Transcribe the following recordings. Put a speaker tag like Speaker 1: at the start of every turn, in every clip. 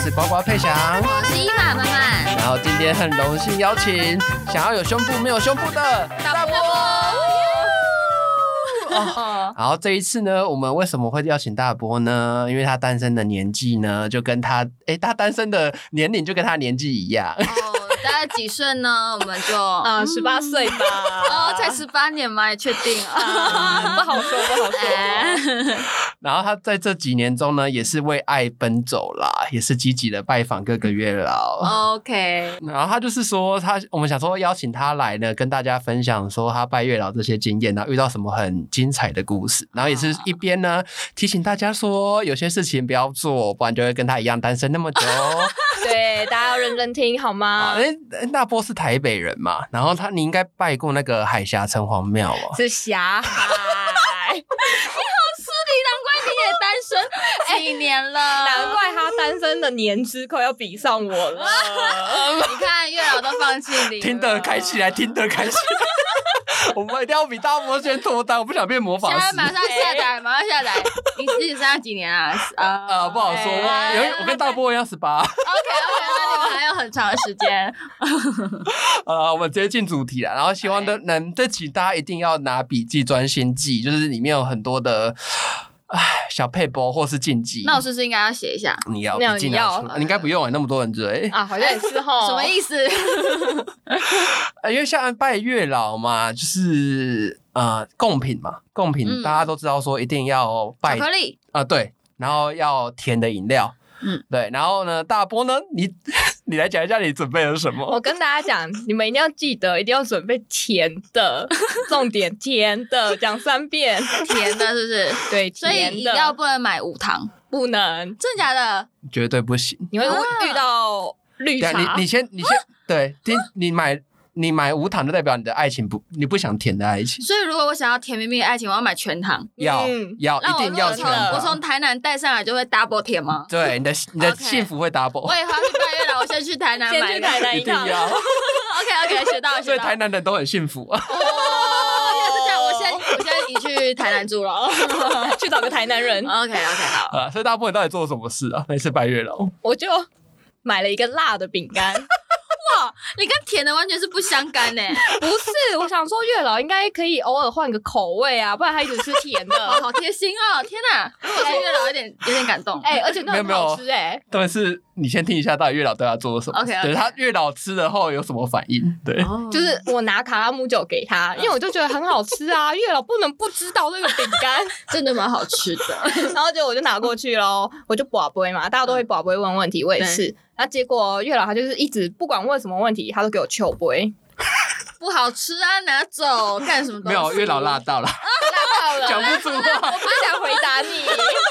Speaker 1: 是呱呱配翔，
Speaker 2: 我是伊玛妈妈，
Speaker 1: 然后今天很荣幸邀请想要有胸部没有胸部的大波。
Speaker 2: 哦，
Speaker 1: 然后这一次呢，我们为什么会邀请大波呢？因为他单身的年纪呢，就跟他诶，他单身的年龄就跟他年纪一样。
Speaker 2: 大概几岁呢？我们就
Speaker 3: 啊，十八岁吧，
Speaker 2: 哦，才十八年吗？也确定啊？
Speaker 3: 啊，不好说，不好
Speaker 2: 哎
Speaker 3: 说。
Speaker 1: 然后他在这几年中呢，也是为爱奔走啦，也是积极的拜访各个月老。
Speaker 2: OK，
Speaker 1: 然后他就是说他，我们想说邀请他来呢，跟大家分享说他拜月老这些经验，然后遇到什么很精彩的故事，然后也是
Speaker 2: 啊
Speaker 1: 一边呢提醒大家说有些事情不要做，不然就会跟他一样单身那么 久。哦
Speaker 3: 对，大家要认真听好吗？
Speaker 1: 哎、那波是台北人嘛，然后他你应该拜过那个海峡城隍庙哦吧？
Speaker 3: 是霞海，
Speaker 2: 是哎你，难怪你也单身几年了，
Speaker 3: 难 怪他单身的年资快要比上我了。
Speaker 2: 你看月老都放弃你了，
Speaker 1: 听得开起来，听得开起来。 我们一定要比大波先脱单，我不想变魔法
Speaker 2: 现在
Speaker 1: 师。
Speaker 2: 马上下载，马上下 载。你自己剩下几年啊？啊
Speaker 1: 呃，不好说，
Speaker 3: 哎
Speaker 1: 因为我跟大波一样十八。
Speaker 2: OK OK，那你们还有很长的时间。
Speaker 1: 呃，我们直接进主题了，然后希望都能这期大家一定要拿笔记专心记，就是里面有很多的唉小配波或是禁忌。
Speaker 2: 那我是不是应该要写一下？
Speaker 1: 你要
Speaker 3: 那
Speaker 1: 笔记
Speaker 3: 你
Speaker 1: 拿
Speaker 3: 要
Speaker 1: 出来你应该不用、欸、那么多人追、
Speaker 3: 啊，好像也是哈。
Speaker 2: 什么意思？
Speaker 1: 呃因为像拜月老嘛，就是呃贡品嘛，贡品、
Speaker 2: 嗯
Speaker 1: 大家都知道说一定要
Speaker 2: 巧
Speaker 1: 拜
Speaker 2: 克力。
Speaker 1: 啊、对，然后要甜的饮料，
Speaker 2: 嗯
Speaker 1: 嗯，对，然后呢，大波呢，你 你来讲一下你准备了什么？
Speaker 3: 我跟大家讲，你们一定要记得，一定要准备甜的，重点甜的，讲三遍。
Speaker 2: 甜的，是不是？
Speaker 3: 对，
Speaker 2: 所以
Speaker 3: 甜
Speaker 2: 饮料
Speaker 3: 的
Speaker 2: 不能买无糖，
Speaker 3: 不能，
Speaker 2: 真的假的？
Speaker 1: 绝对不行。
Speaker 3: 你会遇到绿
Speaker 1: 对啊，
Speaker 3: 茶
Speaker 1: 你你。先你先对，第你买你买无糖就代表你的爱情不，你不想甜的爱情，
Speaker 2: 所以如果我想要甜蜜蜜的爱情，我要买全糖。
Speaker 1: 要
Speaker 3: 嗯
Speaker 1: 要
Speaker 2: 那
Speaker 1: 哦一
Speaker 2: 我如
Speaker 1: 定要
Speaker 2: 果
Speaker 1: 全
Speaker 2: 从
Speaker 1: 的。
Speaker 2: 我从台南带上来，就会 double 甜吗？
Speaker 1: 对你 的你的
Speaker 2: OK
Speaker 1: 幸福会
Speaker 2: 我
Speaker 1: double，
Speaker 2: 以后要去拜月老，我先去台南
Speaker 3: 先
Speaker 2: 买。
Speaker 3: 去台 南
Speaker 1: 一
Speaker 3: 一
Speaker 1: 定
Speaker 3: 趟，
Speaker 1: 要。
Speaker 2: OK OK，学到了
Speaker 1: 所
Speaker 2: 学
Speaker 1: 以
Speaker 2: 到
Speaker 1: 台
Speaker 2: 了。
Speaker 1: 南人都很幸福啊。
Speaker 2: 哦，原来是这样。我先我先移去台南住了。
Speaker 3: 去找个台南人，
Speaker 2: OK OK，好。
Speaker 1: 啊所以大部分人到底做了什么事啊？那次拜月老，
Speaker 3: 我就买了一个辣的饼干。
Speaker 2: 你跟甜的完全是不相干呢。
Speaker 3: 不是，我想说月老应该可以偶尔换个口味啊，不然他一直吃甜
Speaker 2: 哇，
Speaker 3: 的。
Speaker 2: 好贴心哦！天哪，如果是月老，有点有点感动。
Speaker 3: 哎、而且那很
Speaker 1: 没有没有
Speaker 3: 好吃哎、
Speaker 1: 当然是你先听一下到底月老对他做了什么。
Speaker 2: OK，OK
Speaker 1: 对他月老吃了后有什么反应？对，
Speaker 2: 哦
Speaker 3: 就。是我拿卡拉姆酒给他，
Speaker 1: 嗯
Speaker 3: 因为我就觉得很好吃啊，月老不能不知道这个饼干，
Speaker 2: 真的蛮好吃的，
Speaker 3: 然后就我就拿过去喽，我就卜杯嘛，大家都
Speaker 2: 嗯
Speaker 3: 会卜杯问问题，我也是。那结果月老他就是一直不管问什么问题，他都给我求杯，
Speaker 2: 不好吃啊，拿走干什么东
Speaker 1: 没
Speaker 2: 西？
Speaker 1: 有月老辣到了，
Speaker 3: 辣到了，
Speaker 1: 讲不出 话。
Speaker 3: 我不想回答你。
Speaker 2: 原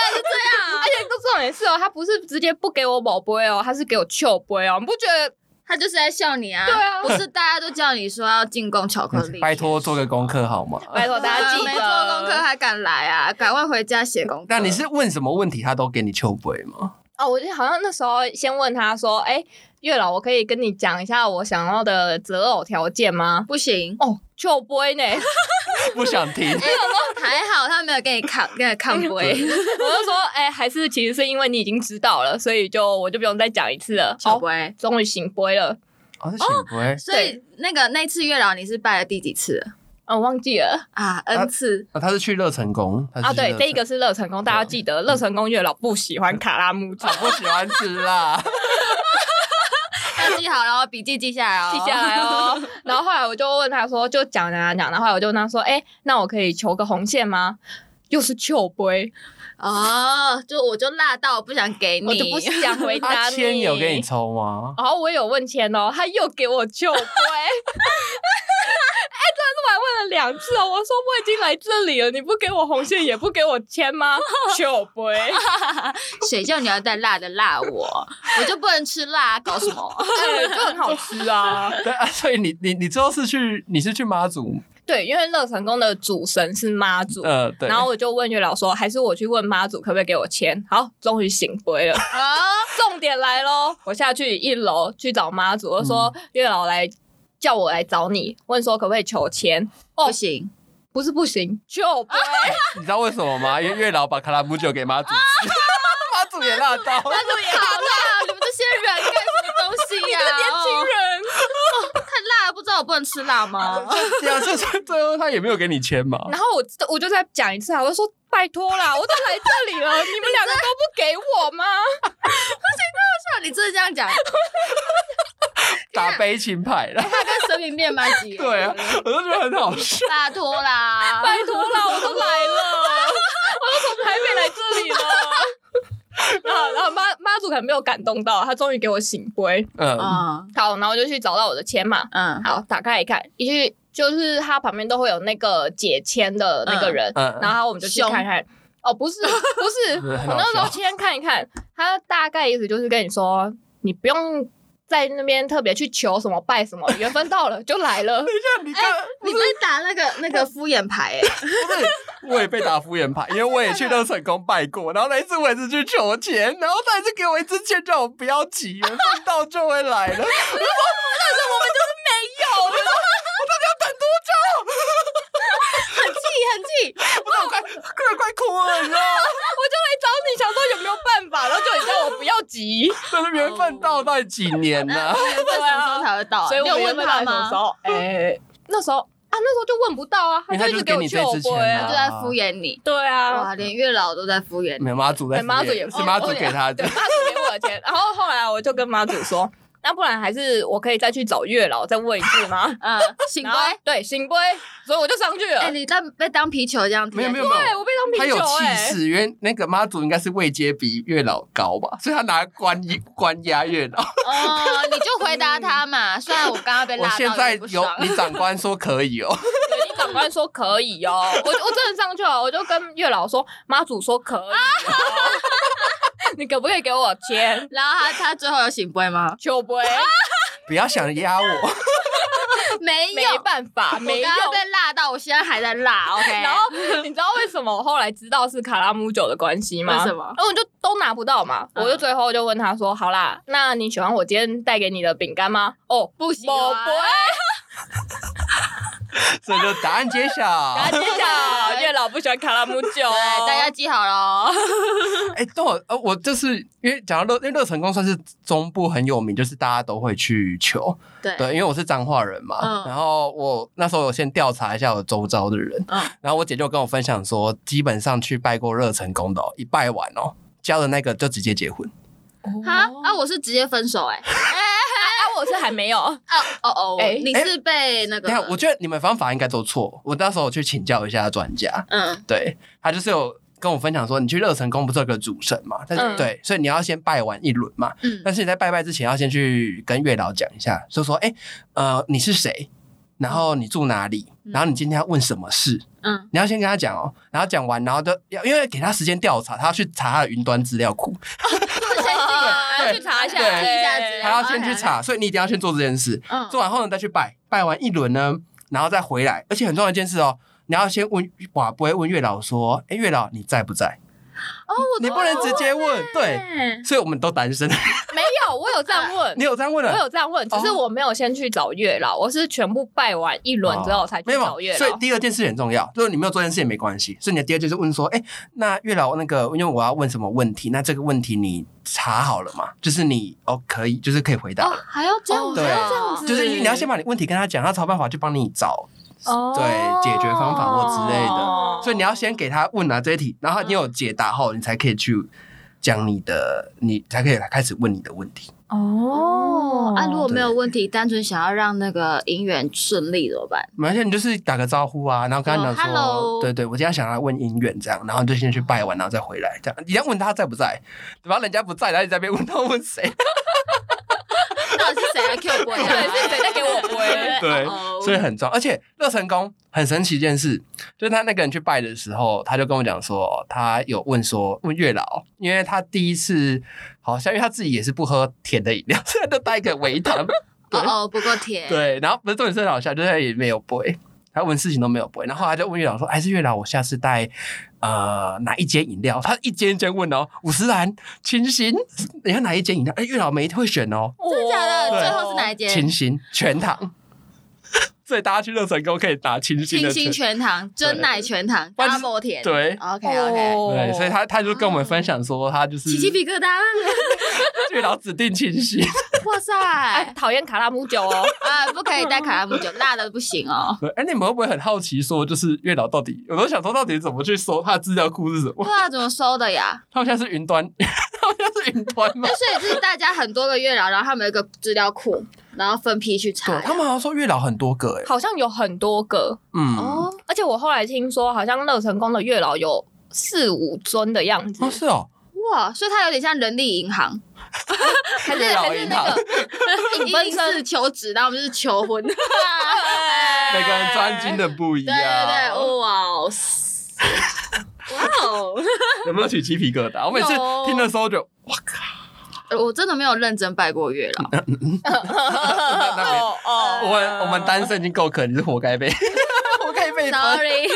Speaker 2: 来是这 样
Speaker 3: 而，且重点是哦，他不是直接不给我宝杯哦，他是给我求杯哦，你不觉得
Speaker 2: 他就是在笑你啊。
Speaker 3: 对啊
Speaker 2: 不是大家都叫你说要进贡巧克力，
Speaker 1: 拜托做个功课好吗？
Speaker 3: 拜托大家记得，
Speaker 2: 啊没做功课还敢来啊？赶快回家写功课。
Speaker 1: 那你是问什么问题他都给你求杯吗？
Speaker 3: 哦，我就好像那时候先问他说：“哎、月老，我可以跟你讲一下我想要的择偶条件吗
Speaker 2: 不行？”，
Speaker 3: 哦，就不会呢，我
Speaker 1: 不想听。
Speaker 2: 哎还好他没有给你抗， 给你抗
Speaker 1: 哦
Speaker 2: 杯。
Speaker 3: 就说：“哎、还是其实是因为你已经知道了，所以就我就不用再讲一次了。”
Speaker 2: 巧
Speaker 3: 哦，
Speaker 2: 杯。
Speaker 3: 终于醒杯了，
Speaker 1: 哦，是醒杯。
Speaker 2: 所以那个那次月老你是拜了第几次了
Speaker 3: 哦，我忘记了
Speaker 2: 啊？N 次。
Speaker 1: 啊，他是去乐成宫他是
Speaker 3: 啊。
Speaker 1: 去
Speaker 3: 对，
Speaker 1: 乐
Speaker 3: 这一
Speaker 1: 成
Speaker 3: 个是乐成功，大家记得乐成功月老不喜欢卡拉木
Speaker 1: 他不喜欢吃辣，
Speaker 2: 要记好了哦，笔记记下来哦，
Speaker 3: 记下来。哦。 然后后来我就问他说，就讲讲讲，然后后来我就问他说：“哎、那我可以求个红线吗？”又是求杯，
Speaker 2: 哦，就我就辣到我不想给你，
Speaker 3: 我就不想回答
Speaker 1: 他
Speaker 3: 你。
Speaker 1: 签有
Speaker 3: 欸
Speaker 1: 给你抽吗？
Speaker 3: 然后我有问钱哦，他又给我 救龟。哎，真的是我还问了两次哦，我说我已经来这里了，你不给我红线也不给我签 吗？救龟，
Speaker 2: 谁叫你要带辣的辣我，我就不能吃辣，搞什么？
Speaker 3: 哎就很好吃啊。
Speaker 1: 对啊，所以你你你最后是去你是去妈祖，
Speaker 3: 对，因为乐成功的主神是妈祖。
Speaker 1: 呃，对，
Speaker 3: 然后我就问月老说，还是我去问妈祖可不可以给我签？好，终于醒归 了。
Speaker 2: 哦，
Speaker 3: 重点来喽！我下去一楼去找妈祖，我说、月老来叫我来找你，问说可不可以求签？
Speaker 2: 不行，
Speaker 3: 不是不行，就不
Speaker 1: 你知道为什么吗？因为月老把卡拉姆酒给妈祖吃，妈祖素颜辣刀，
Speaker 2: 好辣！你们这些人干什么东西 呀、
Speaker 3: 年轻人，
Speaker 2: 哦看辣不知道我不能吃辣吗？
Speaker 1: 对啊，这这最后他也没有给你签嘛。
Speaker 3: 然后我我就再讲一次啊，我就说拜托啦，我都来这 里了，你们两个都不给我吗？
Speaker 2: 像啊你真的这样讲，
Speaker 1: 打悲情牌了，
Speaker 2: 他跟神明面蛮急。
Speaker 1: 对啊，我就觉得很好笑。
Speaker 2: 拜托啦！
Speaker 3: 拜托啦，我都来了， 我都从台北来这 里了。然后，然后妈妈祖可能没有感动到，她终于给我醒杯。
Speaker 1: 嗯，
Speaker 2: 嗯
Speaker 3: 好，然后我就去找到我的签嘛。
Speaker 2: 嗯，
Speaker 3: 好，打开一看，一去就是它旁边都会有那个解签的那个人，
Speaker 1: 嗯嗯
Speaker 3: 然后我们就去
Speaker 2: 凶
Speaker 3: 看看。哦，不是，不 是，
Speaker 1: 很好
Speaker 3: 我那时候
Speaker 1: 笑
Speaker 3: 签看一看，他大概意思就是跟你说，你不用在那边特别去求什么拜什么，缘分到了就来 了。
Speaker 1: 你
Speaker 3: 哎
Speaker 1: 看，
Speaker 2: 你们打那个那个敷衍牌、欸，
Speaker 1: 不是，我也被打敷衍牌，因为我也去那成功拜过，然后那一次我也是去求签，然后他也是给我一支签，叫我不要急，缘分到就会来了。
Speaker 3: 没有，
Speaker 2: 很气很气。
Speaker 1: 我都快快快哭了， 你知道吗？
Speaker 3: 我就来找你，想说有没有办法，然后就你叫我不要急，
Speaker 1: 但是缘分到到底几年呢、
Speaker 2: 那缘分什么时候才会到、啊？
Speaker 3: 所以我
Speaker 2: 你有
Speaker 3: 没
Speaker 2: 问
Speaker 3: 到
Speaker 2: 他
Speaker 3: 底什么时
Speaker 2: 吗？
Speaker 3: 候？哎、那时候啊，那时候就问不到啊，
Speaker 1: 因为
Speaker 3: 就
Speaker 1: 他
Speaker 3: 一
Speaker 1: 就是
Speaker 3: 直
Speaker 1: 给你
Speaker 3: 我
Speaker 1: 这支
Speaker 3: 救
Speaker 1: 签啊
Speaker 3: 啊。
Speaker 2: 就在敷衍你。
Speaker 3: 对啊，
Speaker 2: 哇，连月老都在敷衍 你。
Speaker 1: 没有妈祖在
Speaker 3: 哎
Speaker 1: 敷衍，
Speaker 3: 妈祖也哦
Speaker 1: 是妈祖给他
Speaker 3: 对
Speaker 1: 的，
Speaker 3: 妈祖给我的钱，然后后来我就跟妈祖 说，那不然还是我可以再去找月老再问一次 吗？
Speaker 2: 嗯，醒
Speaker 3: 然
Speaker 2: 龟
Speaker 3: 后，呃对，行不？所以我就上去了。
Speaker 2: 哎，你当被当皮球这样踢，
Speaker 1: 没有没有没
Speaker 3: 对，
Speaker 1: 有。
Speaker 3: 我被当
Speaker 1: 哦他
Speaker 3: 啤
Speaker 1: 有
Speaker 3: 酒
Speaker 1: 气
Speaker 3: 哎、
Speaker 1: 势，因为那个妈祖应该是位阶比月老高吧， 所以他拿关一关押月老。
Speaker 2: 哦，你就回答他嘛。虽然我刚刚 被
Speaker 1: 我
Speaker 2: 拉到，
Speaker 1: 现在
Speaker 2: 有点不
Speaker 1: 有
Speaker 2: 爽
Speaker 1: 你长官说可以哦，
Speaker 3: 对你长官说可以哦，我 我真的上去了，我就跟月老说，妈祖说可以、哦， 你可不可以给我签？
Speaker 2: 然后他他最后有醒杯吗？
Speaker 3: 就 不会，
Speaker 1: 不要想压我。
Speaker 2: 没
Speaker 3: 没
Speaker 2: 有，
Speaker 3: 办法，没
Speaker 2: 我
Speaker 3: 用
Speaker 2: 刚。刚被辣到，我现在还在 辣。OK，
Speaker 3: 然后你知道为什么我后来知道是卡拉姆酒的关系吗？
Speaker 2: 为什么
Speaker 3: 因为我就都拿不到嘛，
Speaker 2: 嗯
Speaker 3: 我就最后就问他说：“好啦，那你喜欢我今天带给你的饼干吗？”哦，
Speaker 2: 不行
Speaker 3: 我
Speaker 2: 啊
Speaker 3: 不会，
Speaker 1: 所以就答案揭晓。
Speaker 3: 大家揭 晓，月老不喜欢卡拉姆酒哦，
Speaker 2: 对，大家记好了 哦。
Speaker 1: 哎，但我呃，我就是因为讲到乐，因为乐成功算是中部很有名，就是大家都会去求。
Speaker 2: 对
Speaker 1: 对，因为我是彰化人嘛，
Speaker 2: 嗯
Speaker 1: 然后我那时候有先调查一下我周遭的人，
Speaker 2: 嗯
Speaker 1: 然后我姐就跟我分享说，基本上去拜过乐成功的、哦，一拜完哦，交的那个就直接结婚。
Speaker 2: 哈
Speaker 3: 哦
Speaker 2: 啊，我是直接分手哎。
Speaker 3: 啊，我是还没有，
Speaker 2: 啊哦哦，我
Speaker 3: 哎
Speaker 2: 你是被那个
Speaker 1: 等一下，我觉得你们方法应该都错。我那时候我去请教一下专家，
Speaker 2: 嗯
Speaker 1: 对他就是有跟我分享说，你去乐成宫不是有个主神嘛？但是、
Speaker 3: 嗯
Speaker 1: 对，所以你要先拜完一轮嘛。
Speaker 2: 嗯
Speaker 1: 但是你在拜拜之前要先去跟月老讲一下，就说哎、呃，你是谁？然后你住哪里？
Speaker 2: 嗯
Speaker 1: 然后你今天要问什么事？
Speaker 2: 嗯，
Speaker 1: 你要先跟他讲哦，然后讲完，然后就要因为给他时间调查，他要去查他的云端资料库，
Speaker 2: 先记啊
Speaker 1: 对
Speaker 2: 去查一下，
Speaker 1: 对
Speaker 2: 记一下资料，
Speaker 1: 他要先去
Speaker 3: 哦
Speaker 1: 查，所以你一定要先做这件事。
Speaker 2: 嗯，
Speaker 1: 做完后呢，再去拜，拜完一轮呢，然后再回来。而且很重要一件事哦，你要先问哇，不会问月老说，哎，月老你在不在？
Speaker 2: 哦，我
Speaker 1: 你不能直接问，对。
Speaker 2: 对，
Speaker 1: 所以我们都单 身，
Speaker 3: 没有，我有这样问
Speaker 1: 你。有哦这样问
Speaker 3: 我
Speaker 1: 了？
Speaker 3: 有这样问，只是我没有先去找月老，我是全部拜完一轮之后才去
Speaker 1: 哦没
Speaker 3: 找
Speaker 1: 有，
Speaker 3: 月
Speaker 1: 所以
Speaker 3: 老。
Speaker 1: 第二件事很重要，就是你没有做这件事也没关系。所以你的第二件事问说，哎、那月老那个，因为我要问什么问题，那这个问题你查好了吗？就是你哦，可以，就是可以回答
Speaker 2: 哦
Speaker 1: 了，，
Speaker 2: 还要这样
Speaker 3: 哦
Speaker 2: 子哦，
Speaker 1: 对
Speaker 3: 这样子
Speaker 1: 啊就是你要先把你问题跟他讲，他才有办法去帮你找。
Speaker 3: 哦
Speaker 1: 对解决方法或之类的
Speaker 3: 哦
Speaker 1: 所以你要先给他问啊这一题，然后你有解答后，你才可以去讲你的，你才可以开始问你的问题。
Speaker 2: 哦
Speaker 3: 哦，
Speaker 2: 啊，如果没有问题，单纯想要让那个姻缘顺利怎么办？
Speaker 1: 没关系，你就是打个招呼啊，然后跟他讲说，
Speaker 2: 哦，hello
Speaker 1: 对对，我今天想来问姻缘这样，然后就先去拜完，然后再回来这样。你要问他在不在，然后人家不在，然后你在那边问他问谁？
Speaker 2: 到底是谁在 Q 我？
Speaker 3: 对是谁在给我
Speaker 2: 对
Speaker 3: 回
Speaker 1: 对
Speaker 2: 哦
Speaker 1: 所以很重要。而且乐成功很神奇一件事，就是他那个人去拜的时候，他就跟我讲说，他有问说问月老，因为他第一次好像因为他自己也是不喝甜的饮料，所以他就带一个微 糖。对
Speaker 2: 哦哦，不够甜，
Speaker 1: 对，然后不是重点是很好笑，就是他也没有 boy，他问事情都没有 boy，然后他就问月老说：“哎，是月老，我下次带呃哪一间饮料？”他一间一间问哦，五十兰、清新，你看哪一间饮料？哎，月老没会选哦，
Speaker 3: 真
Speaker 2: 真的假的？
Speaker 1: 对
Speaker 2: 最后是哪一间？
Speaker 1: 清新、全糖。 所以大家去乐成功可以打清新
Speaker 2: 清
Speaker 1: 的
Speaker 2: 新
Speaker 1: 成
Speaker 2: 全糖真奶全糖
Speaker 1: 不然就是
Speaker 2: double 甜，
Speaker 1: 对
Speaker 2: ，OK OK，
Speaker 3: 哦
Speaker 1: 对，所以他他就跟我们分享说，他就是
Speaker 2: 起鸡 皮疙瘩，
Speaker 1: 月老指定清 新，
Speaker 2: 哇塞，
Speaker 3: 哎，讨厌卡拉姆酒哦，
Speaker 2: 啊，不可以带卡拉姆酒，辣的不行哦。
Speaker 1: 对，哎、你们会不会很好奇说，就是月老到底，我都想说到底怎么去搜他的资料库是什
Speaker 2: 不
Speaker 1: 么？
Speaker 2: 知道怎么收的呀？
Speaker 1: 他们现在是云端， 他们现在是云端吗
Speaker 2: 那？所以就是大家很多个月老，然后他们有一个资料库，然后分批去查
Speaker 1: 对。他们好像说月老很多个、哎，
Speaker 3: 好像有很多个，
Speaker 1: 嗯，哦，
Speaker 2: 哦，
Speaker 3: 而且我后来听说，好像乐成功的月老有四五尊的样子，
Speaker 1: 是哦，
Speaker 2: 哇，所以它有点像人力银行， 还是
Speaker 1: 月老
Speaker 2: 还是
Speaker 1: 银
Speaker 2: 那
Speaker 1: 行
Speaker 2: 个一零四求职，然后我们就是求 婚。对
Speaker 1: 每个人专精的不一
Speaker 2: 对
Speaker 1: 样，
Speaker 2: 对，哇哦，塞哇哦！
Speaker 1: 有没有起鸡皮疙瘩？我每次
Speaker 2: 有
Speaker 1: 听的时候就，
Speaker 2: 我真的没有认真拜过月 老，
Speaker 1: 那那 没，
Speaker 3: 哦
Speaker 2: 呃
Speaker 3: 哦
Speaker 1: 我们我们单身已经够可怜，你是活该 被，活该被分，
Speaker 2: Sorry，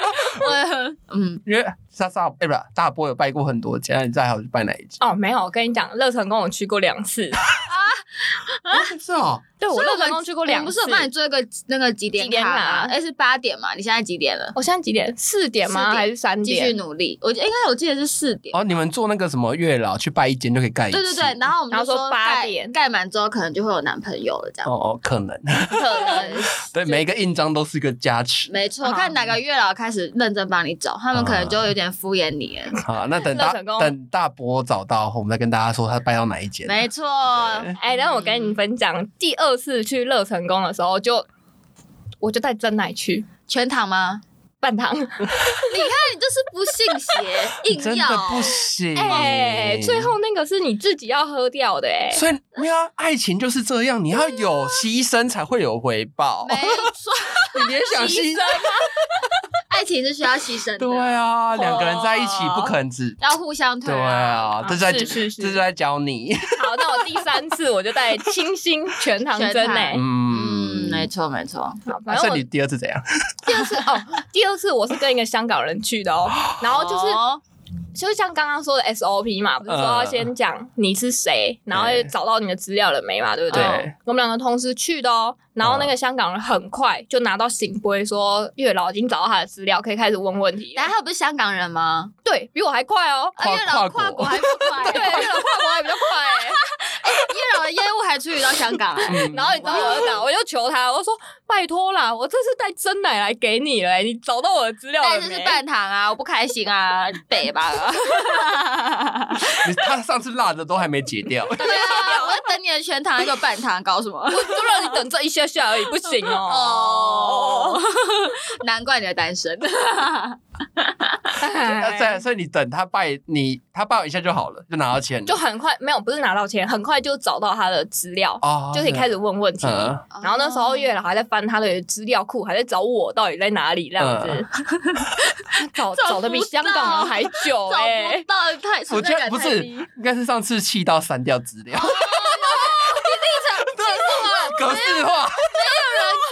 Speaker 2: 我嗯，
Speaker 1: 因为莎莎，哎、不是大波有拜过很多家，你再好去拜哪一家？
Speaker 3: 哦，没有，我跟你讲，乐成功我去过 两次，
Speaker 1: 啊，是哦，
Speaker 3: 对我
Speaker 2: 所以
Speaker 3: 乐
Speaker 2: 我
Speaker 3: 成
Speaker 2: 们
Speaker 3: 功去过
Speaker 2: 我
Speaker 3: 两
Speaker 2: 们
Speaker 3: 次。
Speaker 2: 不是有帮你做一个那个几点
Speaker 3: 几点啊
Speaker 2: 卡
Speaker 3: 卡
Speaker 2: 吗？哎，是八点嘛？你现在几点了？
Speaker 3: 我现在几点？四点
Speaker 2: 四
Speaker 3: 吗？
Speaker 2: 点
Speaker 3: 还是三
Speaker 2: 继续
Speaker 3: 点？
Speaker 2: 努力，我觉得应该我记得是四点。
Speaker 1: 哦，你们做那个什么月老去拜一间就可以盖一次，
Speaker 2: 对对对，然后我们
Speaker 3: 然
Speaker 2: 就
Speaker 3: 后说
Speaker 2: 说
Speaker 3: 八
Speaker 2: 盖
Speaker 3: 点
Speaker 2: 盖满之后，可能就会有男朋友了，这样
Speaker 1: 哦哦，可能。
Speaker 2: 可能
Speaker 1: 对，每一个印章都是一个加持。
Speaker 2: 没错。
Speaker 3: 啊
Speaker 2: 看哪个月老开始认真帮你找，他们可能就
Speaker 1: 啊
Speaker 2: 有点敷衍你了。
Speaker 1: 好， 那等
Speaker 3: 乐
Speaker 1: 大
Speaker 3: 成功
Speaker 1: 等大波找到，我们再跟大家说他拜到哪一间。
Speaker 2: 没错，
Speaker 3: 哎，然后我跟你分享，第二次去乐成功的时候就，我就带真奶去
Speaker 2: 全躺吗？
Speaker 3: 半糖，
Speaker 1: 嗯
Speaker 2: 那你就是不信 邪，
Speaker 1: 真
Speaker 2: 硬
Speaker 1: 的
Speaker 2: 要
Speaker 1: 不行。
Speaker 3: 哎，最后那个是你自己要喝掉 的，哎，
Speaker 1: 所以没有啊，爱情就是这样，你要有牺牲才会有回报。
Speaker 2: 没错，
Speaker 1: 你别想牺牲，
Speaker 2: 爱情是需要牺牲的，
Speaker 1: 对啊，两个人在一起不可能只
Speaker 2: 要互相退
Speaker 1: 对啊，这是在
Speaker 3: 是哦是是哎
Speaker 1: 这是在教你。
Speaker 3: 好，那我第三次我就带清新全糖
Speaker 2: 全
Speaker 3: 真
Speaker 2: 糖
Speaker 3: 奶，
Speaker 1: 嗯
Speaker 2: 嗯，，没错没错，
Speaker 3: 好
Speaker 1: 那
Speaker 3: 哎反正
Speaker 1: 啊所
Speaker 3: 我
Speaker 1: 以你第二次怎样？
Speaker 3: 第二次哦，第二次我是跟一个香港人去的哦，然后就是
Speaker 2: 哦
Speaker 3: 就是像刚刚说的 SOP 嘛，不是说要先讲你是谁，然后
Speaker 1: 呃对
Speaker 3: 找到你的资料了没嘛，对不对？
Speaker 1: 对
Speaker 3: 我们两个同时去的哦，然后那个香港人很快就拿到醒杯，说月老已经找到他的资料，可以开始问问题了。
Speaker 2: 然后他不是香港人吗？
Speaker 3: 对比我还快哦，
Speaker 2: 啊
Speaker 1: 跨
Speaker 2: 月老
Speaker 1: 跨
Speaker 2: 跨
Speaker 1: 国
Speaker 2: 国还 不快，
Speaker 3: 对，月老跨国还比较快、欸
Speaker 2: 月老的业务还处理到香港，哎
Speaker 1: 嗯
Speaker 3: 然后你知道我就讲，我就求他，我就说拜托啦，我这次带真奶来给你了、你找到我的资料了
Speaker 2: 但
Speaker 3: 没？
Speaker 2: 是是半糖啊，我不开心啊，北吧。
Speaker 1: 你他上次辣的都还没解掉，
Speaker 2: 对啊，我在等你的全糖，一个半糖，搞什么？
Speaker 3: 就让你等这一下下而已，不行哦
Speaker 2: 哦。，难怪你的单身。
Speaker 1: 那
Speaker 3: 哎
Speaker 1: 所以所以你等他拜你他拜完一下就好了，就拿到钱了，
Speaker 3: 就很快没有，不是拿到钱，很快就找到他的资料，
Speaker 1: 哦
Speaker 3: 就可以开始问问题。
Speaker 1: 嗯
Speaker 3: 然后那时候月老还在翻他的资料库，还在找我到底在哪里这样子， 找
Speaker 2: 找不
Speaker 3: 找的比香港人还 久
Speaker 2: 找
Speaker 3: 哎、
Speaker 2: 不到，太
Speaker 1: 我
Speaker 2: 存
Speaker 1: 觉
Speaker 2: 在
Speaker 1: 得
Speaker 2: 感
Speaker 1: 不
Speaker 2: 太
Speaker 1: 是，
Speaker 2: 低。
Speaker 1: 应该是上次气到删掉资料，
Speaker 3: 哦
Speaker 1: 格式化，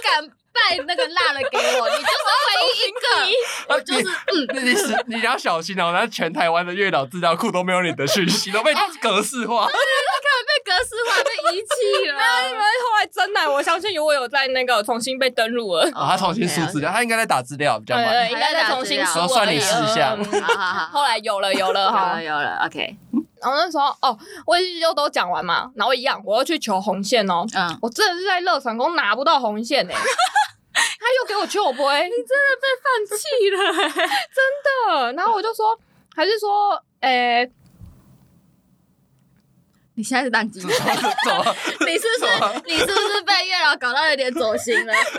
Speaker 2: 敢拜那个辣的给我，你就是唯一一个。
Speaker 1: 我就是啊
Speaker 3: 嗯
Speaker 1: 你你是你要小心哦，那全台湾的月老资料库都没有你的讯息，都被
Speaker 3: 哎
Speaker 1: 格式化。
Speaker 2: 被格式化被遗弃了，
Speaker 3: 因为后来真哎的，我相信我有在那个重新被登录了，
Speaker 1: 啊，他重新输资料，他应该在打资料比较
Speaker 3: 对
Speaker 1: 慢。
Speaker 3: 对，应该再重新输
Speaker 1: 然后算你
Speaker 3: 而已
Speaker 1: 四项
Speaker 3: 嗯
Speaker 2: 好好好，
Speaker 3: 后来有了有了
Speaker 2: 有
Speaker 3: 哈
Speaker 2: 了，有了，OK，
Speaker 3: 然后那时候哦，我又都讲完嘛，然后一样，我要去求红线哦，
Speaker 2: 嗯，
Speaker 3: 我真的是在乐成功拿不到红 线哎、他又给我秋波，你真的被放弃了、真的。然后我就说，还是说，诶、
Speaker 2: 你现在是当机
Speaker 1: 怎么怎么？
Speaker 2: 你是不
Speaker 1: 什么
Speaker 2: 是你是不是被月老搞到有点走心了？
Speaker 1: 不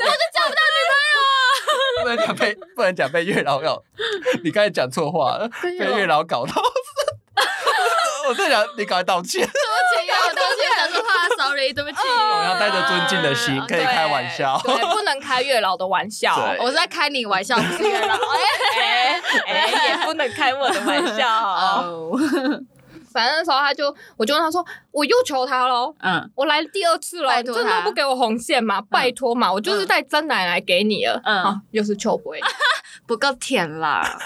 Speaker 1: 能讲被不能讲被月老搞，你刚才讲错话了，
Speaker 3: 哎
Speaker 1: 被月老搞到。 我在想，你赶快道歉，
Speaker 2: 对不起，月老，对不起，讲错话，sorry，对不起。
Speaker 1: 我们要带着尊敬的心，可以开玩笑。
Speaker 3: 嗯对，不能开月老的玩笑，
Speaker 1: 对
Speaker 2: 我是在开你玩笑，不是月老。
Speaker 3: 哎哎，也不能开我的玩 笑。
Speaker 2: 哦，
Speaker 3: 嗯反正那时候他就，我就问他说，我又求他喽。
Speaker 2: 嗯
Speaker 3: 我来第二次了，
Speaker 2: 拜
Speaker 3: 你
Speaker 2: 托
Speaker 3: 真的
Speaker 2: 他
Speaker 3: 不给我红线吗？拜托嘛，我就是带真奶来给你了。
Speaker 2: 嗯
Speaker 3: 好，又是秋波。
Speaker 2: 不够甜啦。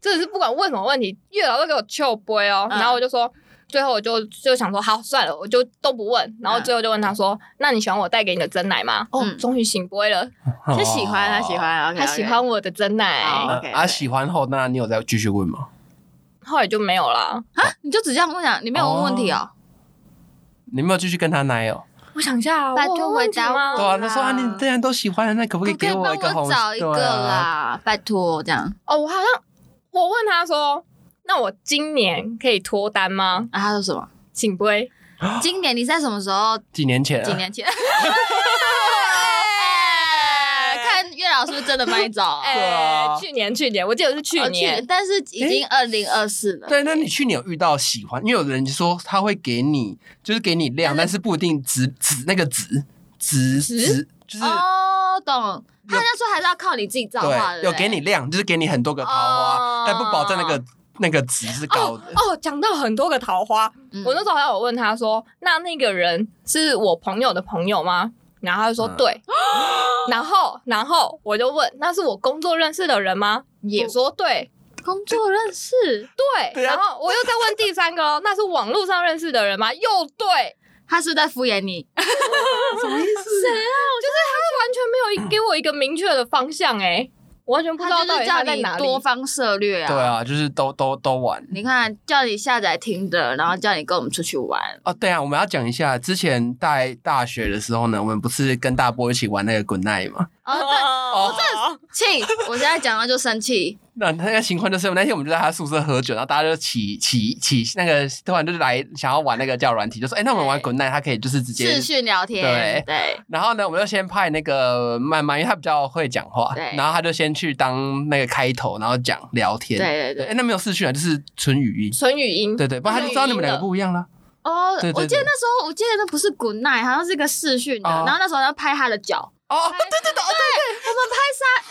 Speaker 3: 真的是不管问什么问题，月老都给我糗杯哦。
Speaker 2: 嗯
Speaker 3: 然后我就说，最后我就就想说，好算了，我就都不问。然后最后就问他说：“那你喜欢我带给你的真奶吗？”嗯哦
Speaker 2: 嗯，
Speaker 3: 终于醒波了，
Speaker 1: 哦
Speaker 2: 是喜欢他喜欢，OK，
Speaker 3: 他啊喜欢我的真奶
Speaker 1: 呃。
Speaker 2: 好 OK，OK
Speaker 1: 啊，喜欢后，那你有再继续问吗？
Speaker 3: 后来就没有啦。
Speaker 2: 啊，你就只这样问啊？你没有问问题哦？
Speaker 1: 你有没有继续跟他奶哦？
Speaker 3: 我想一下，啊
Speaker 2: 拜
Speaker 3: 我有
Speaker 2: 托
Speaker 3: 问
Speaker 2: 回
Speaker 3: 题
Speaker 2: 答
Speaker 3: 吗
Speaker 2: 我
Speaker 1: 对啊，他
Speaker 2: 啦
Speaker 1: 说啊，你既然都喜欢了，那可不可以
Speaker 2: 你可
Speaker 1: 给
Speaker 2: 以
Speaker 1: 我
Speaker 2: 帮
Speaker 1: 一个
Speaker 2: 我
Speaker 1: 红？
Speaker 2: 找一个
Speaker 1: 对啊，
Speaker 2: 啦，拜托这样。
Speaker 3: 哦，我好像我问他说：“那我今年可以脱单吗
Speaker 2: 啊，他说什么？？”
Speaker 3: 醒波，
Speaker 2: 今年你在什么时候？
Speaker 1: 几年前啊，
Speaker 2: 几 年前？哎看月老是不是真的帮你找？
Speaker 3: 哎、
Speaker 1: 啊
Speaker 3: 去年去年，我记得是去
Speaker 2: 哦
Speaker 3: 年，
Speaker 2: 但是已经二零二四了。
Speaker 1: 对，那你去年有遇到喜欢？因为有人说他会给你，就是给你量，但是不一定值值那个值值值，就是
Speaker 2: 哦，懂。他那时候还是要靠你自己造化的。
Speaker 1: 对，有给你量，就是给你很多个桃花
Speaker 3: 哦，
Speaker 1: 但不保证那个那个值是高的。
Speaker 3: 哦，讲到很多个桃花，
Speaker 2: 嗯
Speaker 3: 我那时候还有问他说：“那那个人是我朋友的朋友吗？”然后他就说：“
Speaker 1: 嗯
Speaker 3: 对。 然后，然后我就问：“那是我工作认识的人吗？”
Speaker 2: 也
Speaker 3: 我说：“对，
Speaker 2: 工作认识，
Speaker 3: 对。
Speaker 1: 对啊
Speaker 3: 然后我又再问第三个哦：“ 那是网络上认识的人吗？”又对，
Speaker 2: 他是不是在敷衍 你。
Speaker 1: 什么意思？
Speaker 3: 完全没有一给我一个明确的方向哎、我完全不知道
Speaker 2: 他就
Speaker 3: 到
Speaker 2: 是
Speaker 3: 底
Speaker 2: 叫
Speaker 3: 他在
Speaker 2: 你
Speaker 3: 哪里。
Speaker 2: 多方策略啊。
Speaker 1: 对。啊，就是都都都玩。
Speaker 2: 你看，叫你下载听的，然后叫你跟我们出去玩。
Speaker 1: 哦，对啊，我们要讲一下，之前在大学的时候呢，我们不是跟大波一起玩那个 Good Night 吗？
Speaker 2: 哦， 对，
Speaker 1: 哦
Speaker 3: 哦，这
Speaker 2: 气！我现在讲到就 生气，
Speaker 1: 那那个情况就是，那天我们就在他宿舍喝酒，然后大家就起起起那个，突然就来想要玩那个叫软体，就说，哎、那我们玩 Good Night，他可以就是直接
Speaker 2: 视讯聊天
Speaker 1: 对，
Speaker 2: 对，
Speaker 1: 然后呢，我们就先派那个曼曼，因为他比较会讲话
Speaker 2: 对，
Speaker 1: 然后他就先去当那个开头，然后讲聊天。
Speaker 2: 对对对
Speaker 1: 诶那没有视讯啊，就是纯语音。
Speaker 3: 纯语音，
Speaker 1: 对对，不然他就知道你们两个不一样啦。
Speaker 2: 哦，
Speaker 1: 对对
Speaker 2: 我记得
Speaker 1: 对
Speaker 2: 那时候，我记得那不是 Good Night，好像是一个视讯的，
Speaker 1: 哦
Speaker 2: 然后那时候要拍他的脚，
Speaker 1: 哦，
Speaker 2: 我们拍莎，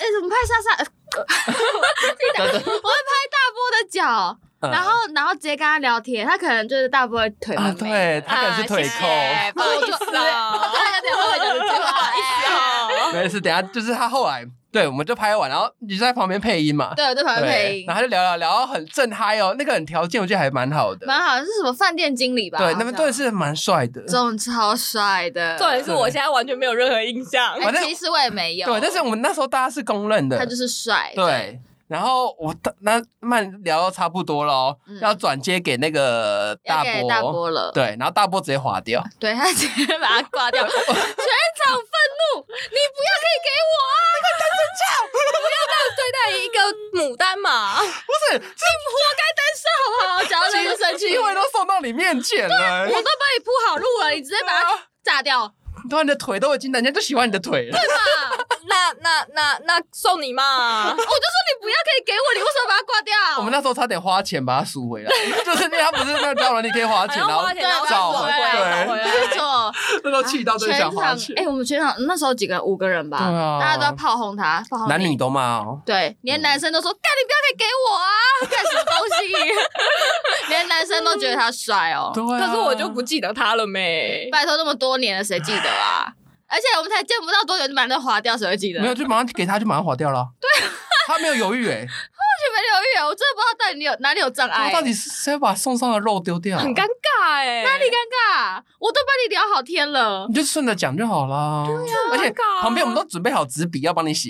Speaker 2: 哎，我们拍莎 莎，呃
Speaker 1: 对对对，
Speaker 2: 我会拍大波的脚，
Speaker 1: 嗯
Speaker 2: 然后然后直接跟他聊天，他可能就是大波的腿
Speaker 1: 啊，
Speaker 2: 很美，
Speaker 1: 对他可能是腿扣。
Speaker 3: 啊谢谢不好意思
Speaker 2: 我
Speaker 3: 啊
Speaker 2: 真， 的有点后悔讲这句
Speaker 3: 不
Speaker 2: 话，
Speaker 3: 好意思
Speaker 2: 哎
Speaker 3: 啊。
Speaker 1: 没事，等一下就是他后来，对，我们就拍完，然后你就在旁边配音嘛。
Speaker 2: 对，我对旁边配
Speaker 1: 对，
Speaker 2: 音
Speaker 1: 然，后他就聊聊聊，很正嗨哦，那个很条件，我觉得还蛮好的。
Speaker 2: 蛮好，是什么饭店经理吧？
Speaker 1: 对，
Speaker 2: 好啊
Speaker 1: 那边
Speaker 2: 像
Speaker 1: 对，是蛮帅的。
Speaker 2: 这种超帅的，
Speaker 3: 重点是我现在完全没有任何印 象。
Speaker 1: 反
Speaker 2: 哎，
Speaker 1: 正
Speaker 2: 其实我也没有，
Speaker 1: 对，但是我们那时候大家是公认的，
Speaker 2: 他就是帅，
Speaker 1: 对，然后我大那慢聊到差不多了哦，
Speaker 2: 嗯
Speaker 1: 要转接给那个
Speaker 2: 要
Speaker 1: 大
Speaker 2: 给
Speaker 1: 波，
Speaker 2: 大波啊了，
Speaker 1: 对，然后大波直接划掉，
Speaker 2: 对他直接把他挂 掉，全场愤怒，你不要可以给我啊！
Speaker 3: 对待一个牡丹嘛，
Speaker 1: 不是，这
Speaker 2: 我该单身好不好？讲到这就生气，
Speaker 1: 机会
Speaker 2: 我
Speaker 1: 都送到你面前了，
Speaker 2: 都帮你铺好路了，你直接
Speaker 1: 啊
Speaker 2: 把它炸掉，
Speaker 1: 突然你的腿都已经，人家就喜欢你的腿了，
Speaker 2: 爸！
Speaker 3: 那那那那送你嘛，
Speaker 2: 我就说你不要可以给我，你为什么把它挂掉？
Speaker 1: 我们那时候差点花钱把它赎回 来，就是因为他不是那个交软你可以花钱，然
Speaker 3: 还要
Speaker 1: 后
Speaker 3: 花钱
Speaker 2: 然后
Speaker 1: 找
Speaker 2: 找
Speaker 1: 回
Speaker 2: 回
Speaker 3: 来找回
Speaker 1: 来，
Speaker 3: 来
Speaker 2: 没错，
Speaker 1: 那时候气到真的
Speaker 2: 全
Speaker 1: 想
Speaker 2: 场
Speaker 1: 花钱
Speaker 2: 哎、，我们全场那时候几个人五个人吧，
Speaker 1: 对啊
Speaker 2: 大家都在炮轰他，炮轰
Speaker 1: 男
Speaker 2: 你
Speaker 1: 女。都骂哦，
Speaker 2: 对，连男生都说：“干、你不要可以
Speaker 1: 嗯
Speaker 2: 给我啊，干什么东西？”连男生都觉得他帅 哦。
Speaker 1: 对啊，
Speaker 3: 可是我就不记得他了没。
Speaker 2: 拜托，那么多年了，谁记 得啊？而且我们才见不到多久就把那划掉，谁会记得？
Speaker 1: 没有，就马上给他就马上划掉了，对，
Speaker 2: 啊
Speaker 1: 他没有犹豫 哎，
Speaker 2: 完全没留意啊！我真的不知道到底有哪里有障碍，
Speaker 1: 他到底是谁啊把送上的肉丢掉？
Speaker 3: 很尴尬哎、
Speaker 2: 哪里尴尬？我都帮你聊好天了
Speaker 1: 你，就顺着讲就好啦。而且
Speaker 3: 尴尬啊
Speaker 1: 旁边我们都准备好纸笔要帮你写。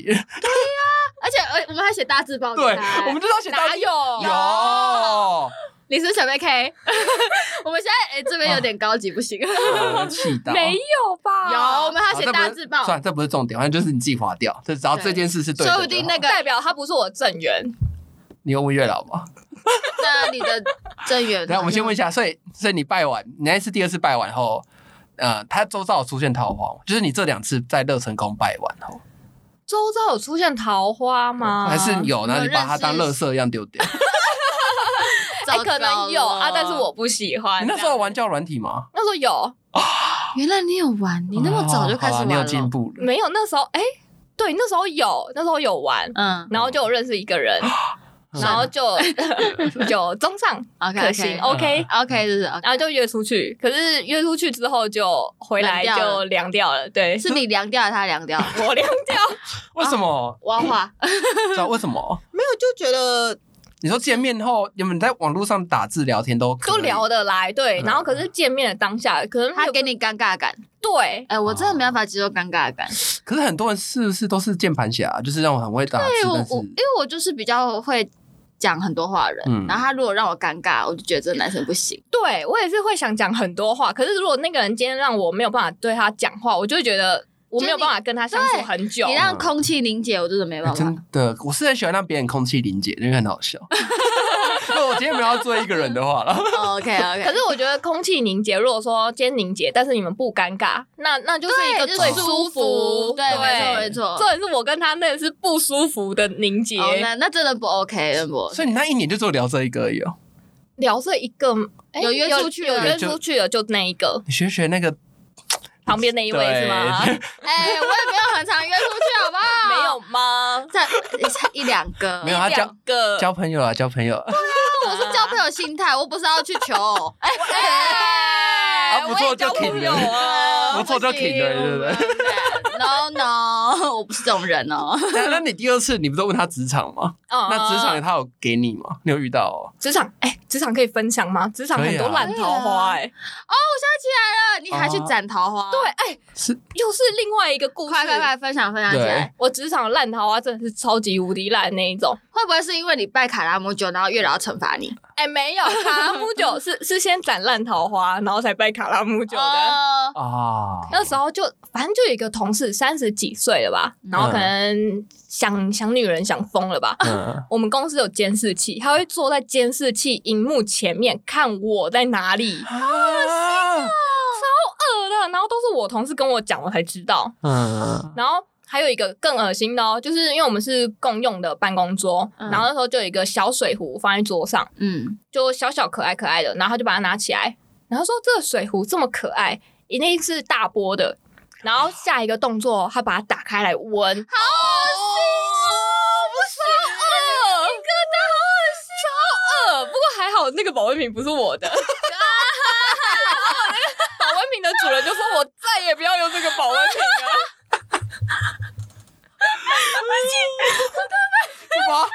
Speaker 2: 而且呃，我们还写大字报给
Speaker 1: 对
Speaker 2: 他，
Speaker 1: 我们就要写大
Speaker 3: 哪有？
Speaker 1: 有，
Speaker 2: 你是不是小贝 K，我们现在哎、这边有点高级，不行。
Speaker 1: 我气 到。
Speaker 3: 没有吧？
Speaker 2: 有，我们还
Speaker 1: 啊好
Speaker 2: 要写
Speaker 1: 这不
Speaker 2: 大
Speaker 1: 是
Speaker 2: 字报，
Speaker 1: 算了，这不是重点，反正就是你自己划掉。就只要
Speaker 2: 对
Speaker 1: 这件事是对的就
Speaker 2: 说
Speaker 1: 好，
Speaker 2: 不定那个
Speaker 3: 代表他不是我的正缘，
Speaker 1: 你有问月老吗？
Speaker 2: 那你的正 缘。
Speaker 1: 然后我们先问一，下，所以所以你拜完，你那一次第二次拜完后，呃，他周遭有出现桃花吗，就是你这两次在乐成宫拜完后，
Speaker 3: 周遭有出现桃花吗？
Speaker 1: 还是有，然后
Speaker 2: 有
Speaker 1: 你把它
Speaker 2: 认识
Speaker 1: 当垃圾一样丢 掉。
Speaker 3: 哎、
Speaker 2: 糟糕
Speaker 3: 可能有啊，
Speaker 2: 了
Speaker 3: 但是我不喜欢。
Speaker 1: 你那时候玩交友软体吗？
Speaker 3: 那时候有
Speaker 2: 原来你有玩，你那么早就开
Speaker 1: 嗯哦
Speaker 2: 始
Speaker 1: 好啦
Speaker 2: 玩了，
Speaker 1: 你有进步了。
Speaker 3: 没有？那时候哎、对，那时候有，那时候有玩，
Speaker 2: 嗯
Speaker 3: 然后就有认识一个人，
Speaker 1: 嗯
Speaker 3: 然 后就有中上
Speaker 2: ，OK，
Speaker 3: 可行
Speaker 1: 嗯
Speaker 3: OK，
Speaker 2: 哦 OK，就是 OK，
Speaker 3: 然后就约出去，可是约出去之后就回
Speaker 2: 冷
Speaker 3: 来
Speaker 2: 掉了
Speaker 3: 就凉掉了，对，
Speaker 2: 是你凉掉了，他凉掉了，
Speaker 3: 我凉掉，
Speaker 1: 为什么？
Speaker 2: 我要画，
Speaker 1: 知道为什么？
Speaker 3: 没有就觉得
Speaker 1: 你说见面后，你们在网络上打字聊天都可
Speaker 3: 都
Speaker 1: 以
Speaker 3: 聊得来，对。
Speaker 1: 嗯
Speaker 3: 然后可是见面的当下，可能
Speaker 2: 他给你尴尬感，
Speaker 3: 对，
Speaker 2: 哎、我真的没办法接受尴尬的感。
Speaker 1: 可是很多人是不是都是键盘侠、啊就是让我很会打字，
Speaker 2: 对我
Speaker 1: 但是
Speaker 2: 哦我因为我就是比较会讲很多话的人，
Speaker 1: 嗯
Speaker 2: 然后他如果让我尴尬，我就觉得这个男生不 行。
Speaker 3: 对我也是会想讲很多话，可是如果那个人今天让我没有办法对他讲话，我就会觉得我没有办法跟他相处很久
Speaker 2: 你。让空气凝结，我真的没办
Speaker 1: 哎
Speaker 2: 法。
Speaker 1: 真的，我是很喜欢让别人空气凝结，因为很好 笑。如果我今天没有要做一个人的话了，
Speaker 2: OK OK，
Speaker 3: 可是我觉得空气凝结，如果说今天凝结，但是你们不尴尬，那那就是一个
Speaker 2: 对
Speaker 3: 最
Speaker 2: 就是
Speaker 3: 舒
Speaker 2: 舒
Speaker 3: 服
Speaker 2: 服。对没错没错
Speaker 3: 重点是我跟他那个是不舒服的凝结，
Speaker 2: 哦，那那真的不 OK，真的不 OK。
Speaker 1: 所以你那一年就只有聊这一个而已哦。
Speaker 3: 聊这一个哎
Speaker 2: 有约出去
Speaker 3: 有
Speaker 2: 了
Speaker 3: 约
Speaker 1: 就
Speaker 3: 出去了，就那一个
Speaker 1: 你学学那个
Speaker 3: 旁边那一位
Speaker 1: 对
Speaker 3: 是吗？
Speaker 2: 哎、我也没有很常约出去，好不 好？
Speaker 3: 没有，吗？
Speaker 2: 才才一两个。
Speaker 1: 没有他啊交
Speaker 3: 两个
Speaker 1: 交朋友啊，交朋友。
Speaker 2: 我是交朋友心态，我不是要去求偶。 哎、
Speaker 3: 哎
Speaker 1: 啊不错
Speaker 3: 我也交
Speaker 1: 就停
Speaker 3: 朋
Speaker 1: 了
Speaker 3: 友啊，
Speaker 1: 不错就停了对不对
Speaker 2: 对？No No，我不是这种人哦。
Speaker 1: 那那你第二次你不都问他职场吗？
Speaker 3: 嗯
Speaker 1: 那职
Speaker 3: 嗯
Speaker 1: 场他有给你吗？你有遇到哦？
Speaker 3: 职场，哎、职场可以分享吗？职场
Speaker 1: 啊
Speaker 3: 很多烂桃
Speaker 2: 啊
Speaker 3: 花、哎、
Speaker 2: 那啊你还去斩桃花？
Speaker 3: 对，，哎、
Speaker 1: 是
Speaker 3: 又是另外一个故事。
Speaker 2: 快快快，分享分享起来
Speaker 1: 对。
Speaker 3: 我职场的烂桃花真的是超级无敌烂那一种。
Speaker 2: 会不会是因为你拜卡拉姆酒，然后月老惩罚你？
Speaker 3: 哎、没有，卡拉姆酒 是是先斩烂桃花，然后才拜卡拉姆酒的。
Speaker 2: 哦
Speaker 1: 啊，
Speaker 3: 那时候就反正就有一个同事三十几岁了吧，然后可能想、想女人想疯了吧。
Speaker 1: 嗯，
Speaker 3: 我们公司有监视器，他会坐在监视器荧幕前面看我在哪里，
Speaker 1: 啊，
Speaker 3: 饿了，然后都是我同事跟我讲，我才知道。
Speaker 1: 嗯，
Speaker 3: 然后还有一个更恶心的哦，就是因为我们是共用的办公桌，
Speaker 2: 嗯
Speaker 3: 然后那时候就有一个小水壶放在桌上，
Speaker 2: 嗯，
Speaker 3: 就小小可爱可爱的，然后他就把它拿起来，然后说这个水壶这么可爱，一定是大波的。然后下一个动作，他把它打开来闻，
Speaker 2: 哦
Speaker 3: 好恶心哦！不是，恶，好恶心，超恶。不过还好，那个保温瓶不是我的。保温瓶的主人就说：“我再也不要用这个保温瓶了。”
Speaker 1: 是吗？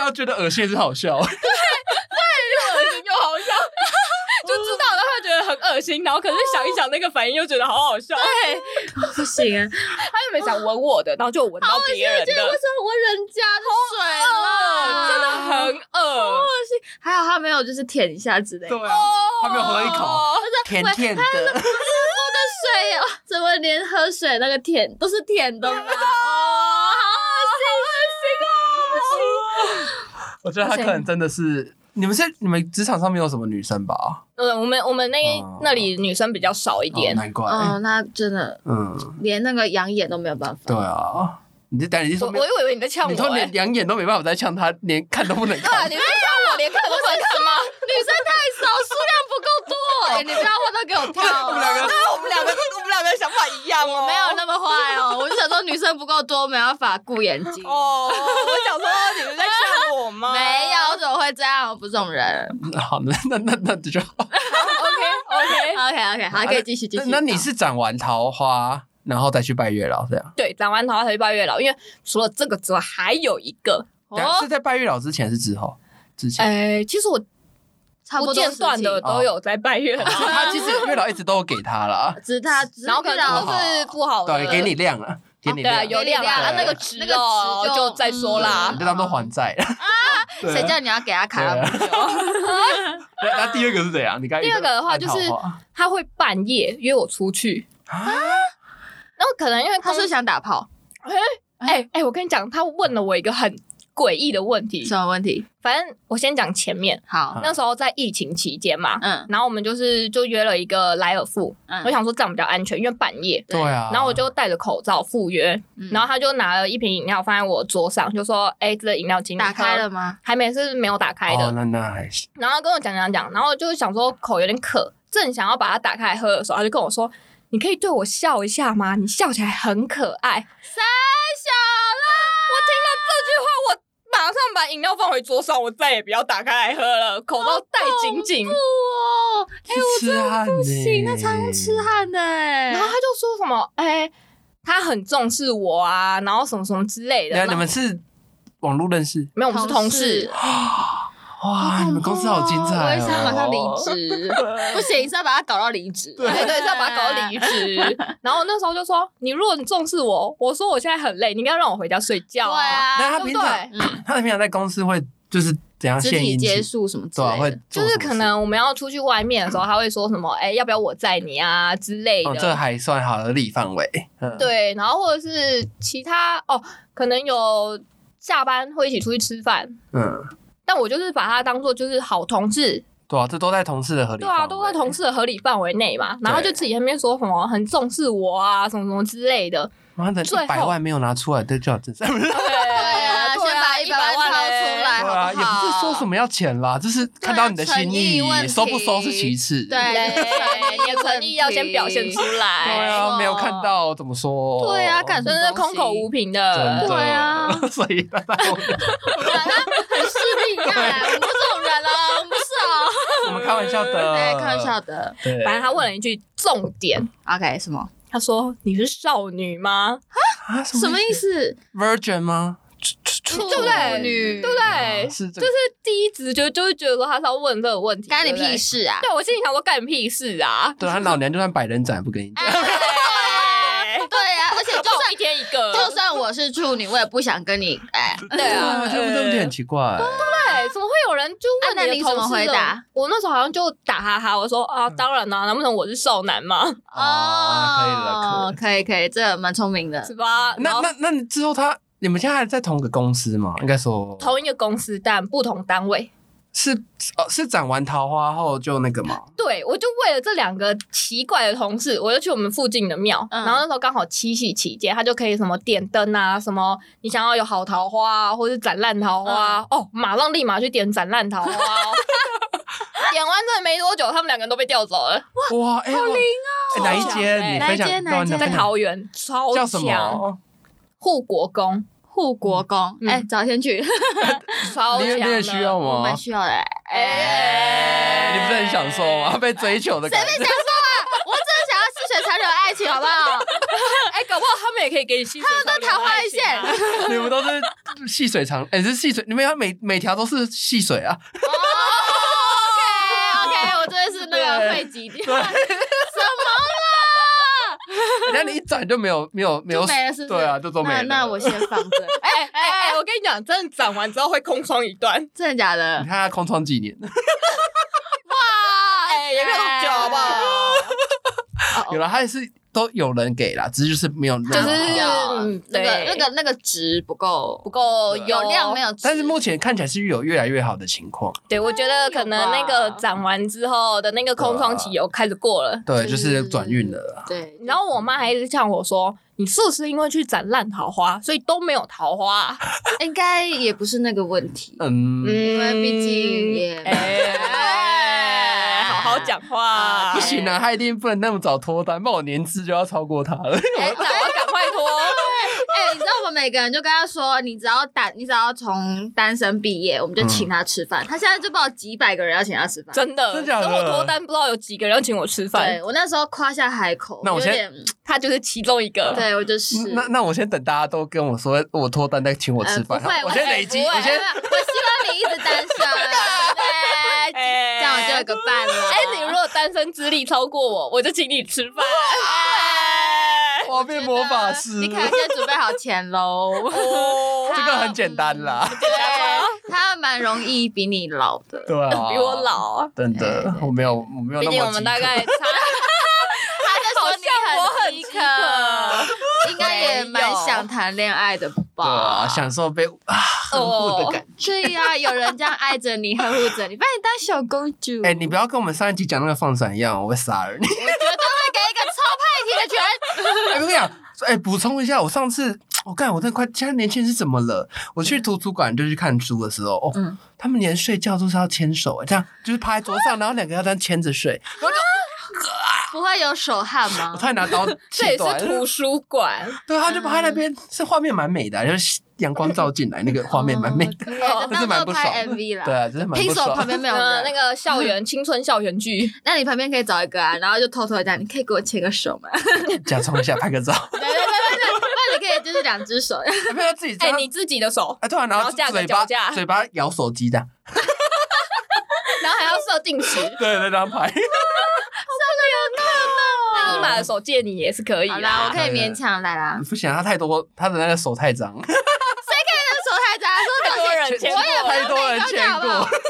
Speaker 1: 要觉得恶心是好笑，
Speaker 3: 恶心又好笑，就知道然后觉得很恶心，然后可是想一想那个反应又觉得好好笑。对，
Speaker 2: 不行啊，
Speaker 3: 他原本想吻我的，然后就闻到别人
Speaker 2: 这个为
Speaker 3: 的，
Speaker 2: 什么闻人家的水
Speaker 3: 恶
Speaker 2: 了？
Speaker 3: 真的很恶，
Speaker 2: 还好他没有就是舔一下之类的。
Speaker 1: 对
Speaker 3: 哦
Speaker 1: 啊，他没有喝一口，甜甜的，
Speaker 2: 水哦， 怎么连喝水那个舔都是舔的吗？
Speaker 3: 哦，
Speaker 1: 我觉得他可能真的是。你们是你们职场上面有什么女生吧？
Speaker 3: 嗯，我们我们那
Speaker 1: 哦
Speaker 3: 那里女生比较少一
Speaker 1: 哦
Speaker 3: 点，
Speaker 1: 难怪。
Speaker 2: 哦，那真的
Speaker 1: 嗯，
Speaker 2: 连那个养眼都没有办法。
Speaker 1: 对啊，你这等你是
Speaker 3: 我
Speaker 1: 说没有
Speaker 3: 我以为你在呛
Speaker 1: 你
Speaker 3: 我
Speaker 1: 说
Speaker 3: 欸
Speaker 1: 连，两眼都没办法再呛他，连看都不能
Speaker 3: 对啊，
Speaker 1: 看
Speaker 3: 你。在呛我，连看都不能看吗？
Speaker 2: 女生太少，数量不够多。 哎、你不要话都给我跳、
Speaker 1: 我们两
Speaker 2: 哦。
Speaker 1: 个
Speaker 3: 那我们两个我们两个想法一样哦，
Speaker 2: 没有那么坏 哦，我就想说女生不够多，没办法顾眼睛。
Speaker 3: 哦，我想说你们在呛我 吗？
Speaker 2: 没有，我怎么会这样？我不是这种人。
Speaker 1: 好，那那那那这就好。
Speaker 3: ，OK OK。
Speaker 2: OK OK，好，可以继续继续。
Speaker 1: 那那你是斩完桃花，然后再去拜月老这样？
Speaker 3: 对，斩完桃花才去拜月老，因为除了这个之外，还有一个。
Speaker 2: 哦
Speaker 1: 等下是在拜月老之前是之后？之前。
Speaker 3: 哎、其实我
Speaker 2: 差
Speaker 3: 不
Speaker 2: 不
Speaker 3: 间
Speaker 2: 多
Speaker 3: 断的
Speaker 1: 哦
Speaker 3: 都有在拜月老，
Speaker 1: 所以他其实月老一直都有给他啦，
Speaker 2: 只他，
Speaker 3: 然后可能都是不好的，
Speaker 1: 对，给你量了，给你
Speaker 3: 对啊，
Speaker 1: 量，
Speaker 3: 有量啊，
Speaker 1: 对
Speaker 3: 那个值
Speaker 2: 那个
Speaker 3: 哦，
Speaker 2: 值就嗯
Speaker 3: 就再说啦啊
Speaker 1: 你。就当做还债了。对啊
Speaker 2: 谁叫你要给他卡拉姆酒？
Speaker 1: 那那第二个是怎样？你刚才
Speaker 3: 第二个的话
Speaker 1: 一直
Speaker 3: 就是啊
Speaker 1: 按桃花
Speaker 3: 他会半夜约我出去，
Speaker 1: 啊
Speaker 3: 然后可能因为
Speaker 2: 他
Speaker 3: 公
Speaker 2: 是不是想打炮？
Speaker 3: 哎哎、我跟你讲，他问了我一个很诡异的问题
Speaker 2: 什。么问题？
Speaker 3: 反正我先讲前面，
Speaker 2: 好，
Speaker 3: 那时候在疫情期间嘛，
Speaker 2: 嗯
Speaker 3: 然后我们就是就约了一个莱尔富，
Speaker 2: 嗯，哦
Speaker 3: 我
Speaker 1: 啊
Speaker 3: 想说这样比较安全，因为半夜。
Speaker 1: 对啊，
Speaker 3: 然后我就戴着口罩赴约，
Speaker 2: 嗯，
Speaker 3: 然后他就拿了一瓶饮料放在我桌上，就说：“哎、这个饮料请你
Speaker 2: 打开
Speaker 3: 喝
Speaker 2: 了，吗？
Speaker 3: 还没是没有打开的。
Speaker 1: 哦，那那还行，
Speaker 3: 然后跟我讲讲讲，然后就想说口有点渴，正想要把它打开来喝的时候，他就跟我说：“你可以对我笑一下吗？你笑起来很可爱。”三小啦！我听到这句话，我马上把饮料放回桌上，我再也不要打开来喝了，口罩戴紧紧。
Speaker 2: 哇，哎，我
Speaker 1: 痴汉
Speaker 2: 不
Speaker 1: 不
Speaker 2: 行，那常常痴汉的哎
Speaker 3: 然后。他就说什么：“哎、他很重视我啊，然后什么什么之类的。
Speaker 1: 那
Speaker 3: 然后
Speaker 1: 你们是网络认识？
Speaker 3: 没有，我们是同事。哦
Speaker 1: 哇，你们公司好精
Speaker 2: 我
Speaker 1: 彩
Speaker 2: 也想马
Speaker 1: 哦！
Speaker 2: 上离 职，不行是要把他搞到离职，
Speaker 3: 对哎对，是要把它搞到离职。 然后我那时候就说，你如果你重视我，我说我现在很累，你应该让我回家睡觉、
Speaker 2: 对
Speaker 3: 啊。
Speaker 1: 那
Speaker 2: 啊，
Speaker 1: 他
Speaker 3: 对
Speaker 1: 平
Speaker 3: 不
Speaker 1: 常
Speaker 3: 对？
Speaker 1: 他平常在公司会就是怎样
Speaker 2: 肢
Speaker 1: 献
Speaker 2: 体
Speaker 1: 殷
Speaker 2: 接
Speaker 1: 勤，
Speaker 2: 触什么之
Speaker 1: 对啊，
Speaker 2: 类
Speaker 1: 会
Speaker 2: 的。
Speaker 1: 做
Speaker 3: 就是
Speaker 1: 什么
Speaker 3: 可
Speaker 1: 事
Speaker 3: 能我们要出去外面的时候，他会说什么？哎、要不要我载你啊之类的。
Speaker 1: 哦，这还算合理范围。嗯，
Speaker 3: 对，然后或者是其他哦，可能有下班会一起出去吃饭，
Speaker 1: 嗯，
Speaker 3: 但我就是把他当做就是好同志，
Speaker 1: 对啊，这都在同事的合理
Speaker 3: 对
Speaker 1: 范围。
Speaker 3: 啊，都在同事的合理范围内嘛。然后就自己在那边说什么很重视我啊，什么什么之 类的。
Speaker 1: 妈的，
Speaker 3: 最后
Speaker 1: 一百万没有拿出来，这叫真是。
Speaker 3: 对
Speaker 2: 对啊，先把一百万掏出来，
Speaker 1: 对
Speaker 2: 好
Speaker 1: 啊，
Speaker 2: 不
Speaker 1: 也不是说
Speaker 2: 好
Speaker 1: 什么要钱啦，就是看到你的心意
Speaker 2: 对啊诚意问，题
Speaker 1: 收不收是其次。
Speaker 2: 对啊
Speaker 3: 对，哎你的诚意要先表现出来。
Speaker 1: 哎对啊，没有看到怎么说？
Speaker 2: 对啊干什
Speaker 3: 真
Speaker 2: 么
Speaker 3: 的是空口无凭
Speaker 1: 真的
Speaker 3: 的，
Speaker 2: 对啊，
Speaker 1: 所以大家
Speaker 2: 本来很势利，你看我们这种人啊，我们不是哦，
Speaker 1: 我们开玩笑的，
Speaker 2: 对，开玩笑的。
Speaker 1: 对。
Speaker 3: 反正他问了一句重点，
Speaker 2: OK，什么
Speaker 3: 他说：“你是少女吗？”
Speaker 1: 啊
Speaker 2: 什么意思？
Speaker 1: Virgin 吗？啊
Speaker 2: 处
Speaker 3: 对不对
Speaker 2: 女，
Speaker 3: 对不对？
Speaker 1: 是这个
Speaker 3: 就是第一直觉就是觉得说他是要问这个问题，
Speaker 2: 干你
Speaker 3: 对不对
Speaker 2: 屁！事啊！
Speaker 3: 对我心里想说干你屁事啊！
Speaker 1: 对他老娘就算百人斩也不跟你讲
Speaker 2: 哎，
Speaker 3: 对，
Speaker 2: 对啊，而且就
Speaker 3: 就
Speaker 2: 算
Speaker 3: 算一天一 个，
Speaker 2: 就算我是处女，我也不想跟你哎。
Speaker 3: 对啊，
Speaker 1: 这不这问题很奇怪。
Speaker 3: 对，怎么会有人就问
Speaker 2: 啊那
Speaker 3: 的
Speaker 2: 你
Speaker 3: 同
Speaker 2: 怎
Speaker 3: 事
Speaker 2: 么回
Speaker 3: 的
Speaker 2: 答？
Speaker 3: 我那时候好像就打哈哈，我说
Speaker 1: 嗯
Speaker 3: 啊，当然啦，难不成我是少男吗？
Speaker 1: 哦
Speaker 2: 啊哦，可以可以，这蛮聪明的
Speaker 3: 是。吧？然
Speaker 1: 那
Speaker 3: 后
Speaker 1: 那那你之后他你们现在还在同个公司吗？应该说
Speaker 3: 同一个公司但不同单位，
Speaker 1: 是哦，是斩完桃花后就那个吗？
Speaker 3: 对我就为了这两个奇怪的同事，我就去我们附近的庙，
Speaker 2: 嗯
Speaker 3: 然后那时候刚好七夕期间，他就可以什么点灯啊，什么你想要有好桃花、啊，或是斩烂桃花
Speaker 2: 嗯
Speaker 3: 啊、哦，马上立马去点斩烂桃 花、哦。点完真的没多久，他们两个人都被调走了，
Speaker 1: 哇，哎，好灵啊！哎哪一间？你
Speaker 3: 哪
Speaker 2: 一
Speaker 1: 分
Speaker 2: 间
Speaker 1: 享
Speaker 2: 哦哪一间
Speaker 3: 在
Speaker 1: 分享
Speaker 3: 桃园超
Speaker 1: 嗯叫什
Speaker 3: 强，
Speaker 1: 么？哦
Speaker 3: 护国公
Speaker 2: 护国公，
Speaker 3: 嗯
Speaker 2: 哎，早天去，
Speaker 3: 超
Speaker 1: 你
Speaker 3: 强
Speaker 1: 也你
Speaker 3: 的，
Speaker 1: 也需要
Speaker 2: 我
Speaker 1: 吗
Speaker 2: 蛮？需要的。
Speaker 3: 哎
Speaker 1: 你
Speaker 2: 哎，
Speaker 1: 不是很享受 吗？被追求的感觉。
Speaker 2: 我真的想要细水长流的爱情，好不 好？
Speaker 3: 哎、搞不好他们也可以给你薪水、啊。
Speaker 2: 他们都桃花一现
Speaker 1: 你们都是细水长，哎，是细水，你们要每每条都是细水啊。
Speaker 2: OK 哎 OK，我真的是那个会几点？
Speaker 1: 对，人家你一转就没有没有没有
Speaker 2: 就没了是不是
Speaker 1: 对啊，就都没
Speaker 2: 那
Speaker 1: 了。
Speaker 2: 那我先放着。
Speaker 3: 哎哎哎，我跟你讲，真的长完之后会空窗一段。
Speaker 2: 真的假的
Speaker 1: 你？看他空窗几
Speaker 2: 哦
Speaker 1: 年，
Speaker 2: 哇，
Speaker 3: 哎也没有那么久好不
Speaker 2: 哦
Speaker 3: 好？
Speaker 1: 有了他也是都有人给啦，只是就是没有那么
Speaker 3: 就
Speaker 1: 好，
Speaker 3: 是
Speaker 2: 有
Speaker 3: 嗯
Speaker 2: 那
Speaker 3: 对
Speaker 2: 个那个那个值不够
Speaker 3: 不，够
Speaker 1: 对
Speaker 2: 有量没
Speaker 3: 有？
Speaker 2: 有值。
Speaker 1: 哦但是目前看起来是有越来越好的情况，
Speaker 3: 对，我觉得可能那个长完之后的那个空
Speaker 2: 啊
Speaker 3: 窗期有开始过了。
Speaker 1: 对，
Speaker 2: 就
Speaker 1: 就是是转运了。
Speaker 2: 对，
Speaker 3: 然后我妈还一直呛我说：“你是不是因为去斩烂桃花，所以都没有桃花啊、
Speaker 2: 应该也不是那个问题。
Speaker 1: 嗯，
Speaker 3: 因
Speaker 2: 为毕竟也
Speaker 3: 哎，好好讲话，
Speaker 1: 不行啊，他一定不能那么早脱单，不然我年资就要超过他了。
Speaker 3: 哎，那我要赶快脱。
Speaker 2: 哎、你知道我们每个人就跟他说，你只要单，你只要从单身毕业，我
Speaker 1: 嗯
Speaker 2: 们就请他吃饭。他现在就不知道几百个人要请他吃饭。
Speaker 3: 真 的，
Speaker 1: 真假的
Speaker 3: 等我脱单，不知道有几个人要请我吃饭
Speaker 2: 对，我那时候夸下海口，
Speaker 1: 那我
Speaker 2: 有
Speaker 1: 先
Speaker 2: 点，
Speaker 3: 他就是其中一个。
Speaker 2: 对我就是。
Speaker 1: 嗯那那我先等大家都跟我说我脱单，再请我吃饭
Speaker 2: 呃、不会。
Speaker 1: 我先累积，
Speaker 2: 不会
Speaker 1: 我先
Speaker 2: 不会我希望你一直单身， 对，
Speaker 3: 哎，
Speaker 2: 这样我就有个伴了。
Speaker 3: 哎，你如果单身资历超过我，我就请你吃饭。哎
Speaker 1: 我变魔法师，
Speaker 2: 你可能
Speaker 1: 这
Speaker 2: 先准备好钱喽。
Speaker 3: 哦，
Speaker 1: 个很简单
Speaker 2: 嗯
Speaker 1: 啦，
Speaker 2: 对， 他蛮容易比你老的。
Speaker 1: 对啊，
Speaker 3: 比我老啊，
Speaker 1: 真的，我没有，我没有
Speaker 3: 毕
Speaker 1: 那么饥渴。
Speaker 3: 竟我们大概差，
Speaker 2: 他就说你很饥
Speaker 3: 好像我很饥
Speaker 2: 渴，应该也蛮想谈恋爱的
Speaker 1: 对啊，
Speaker 2: 吧？哦
Speaker 1: 享受被啊呵护的感觉。
Speaker 2: 对呀、啊有人这样爱着你、呵护着你，把你当小公主。
Speaker 1: 哎、你不要跟我们上一集讲那个放闪一样，我会杀了你。
Speaker 2: 我绝对会给一个超派体的拳。
Speaker 1: 哎我跟你讲，哎、补充一下，我上次我干、我那快，现在年轻人是怎么了？我去图书馆就去看书的时候，哦，
Speaker 2: 嗯
Speaker 1: 他们连睡觉都是要牵手、哎这样就是趴在桌上，然后两个要这样牵着睡。
Speaker 2: 不会有手 汗
Speaker 1: 我
Speaker 2: 吗？
Speaker 1: 差点拿刀
Speaker 3: 啊这也
Speaker 1: 切断
Speaker 3: 是。图书馆，
Speaker 1: 对，他就趴在那边，是画面蛮美的、啊就是阳光照进来，那个画面蛮美的。
Speaker 2: 哦
Speaker 1: 但是蛮不爽
Speaker 2: 当做拍 MV 啦。
Speaker 1: 对啊，只是蛮
Speaker 2: 拼
Speaker 1: 不
Speaker 2: 手旁
Speaker 1: 爽。
Speaker 2: 边没有
Speaker 3: 呃，
Speaker 2: 人，
Speaker 3: 那
Speaker 2: 嗯那
Speaker 3: 个校园青春校园剧，
Speaker 2: 那你旁边可以找一个啊，然后就偷偷的这样，你可以给我牵个手吗？
Speaker 1: 假装一下拍个照。
Speaker 2: 对对对对对，那你可以就是两只手，
Speaker 1: 有没有自己这
Speaker 3: 哎、
Speaker 1: 样？
Speaker 3: 你自己的 手，
Speaker 1: 哎，对啊，
Speaker 3: 然
Speaker 1: 然
Speaker 3: 后
Speaker 1: 后
Speaker 3: 架着
Speaker 1: 嘴
Speaker 3: 脚
Speaker 1: 巴
Speaker 3: 架
Speaker 1: 嘴巴咬手机 的，
Speaker 3: 然后还要设定时。
Speaker 1: 对，那张牌。
Speaker 3: 那伊玛的手借你也是可以啊
Speaker 2: 好啦，我
Speaker 3: 啦。
Speaker 2: 可以勉强 来啦。
Speaker 1: 不行啊，他太多，他的那个手太脏，
Speaker 2: 那个手太杂，
Speaker 3: 太
Speaker 2: 说
Speaker 3: 多人
Speaker 1: 我也
Speaker 3: 牵
Speaker 2: 我也
Speaker 3: 过
Speaker 2: 不
Speaker 3: 了，
Speaker 1: 太多人
Speaker 2: 这样
Speaker 1: 见
Speaker 2: 好不好
Speaker 1: 过。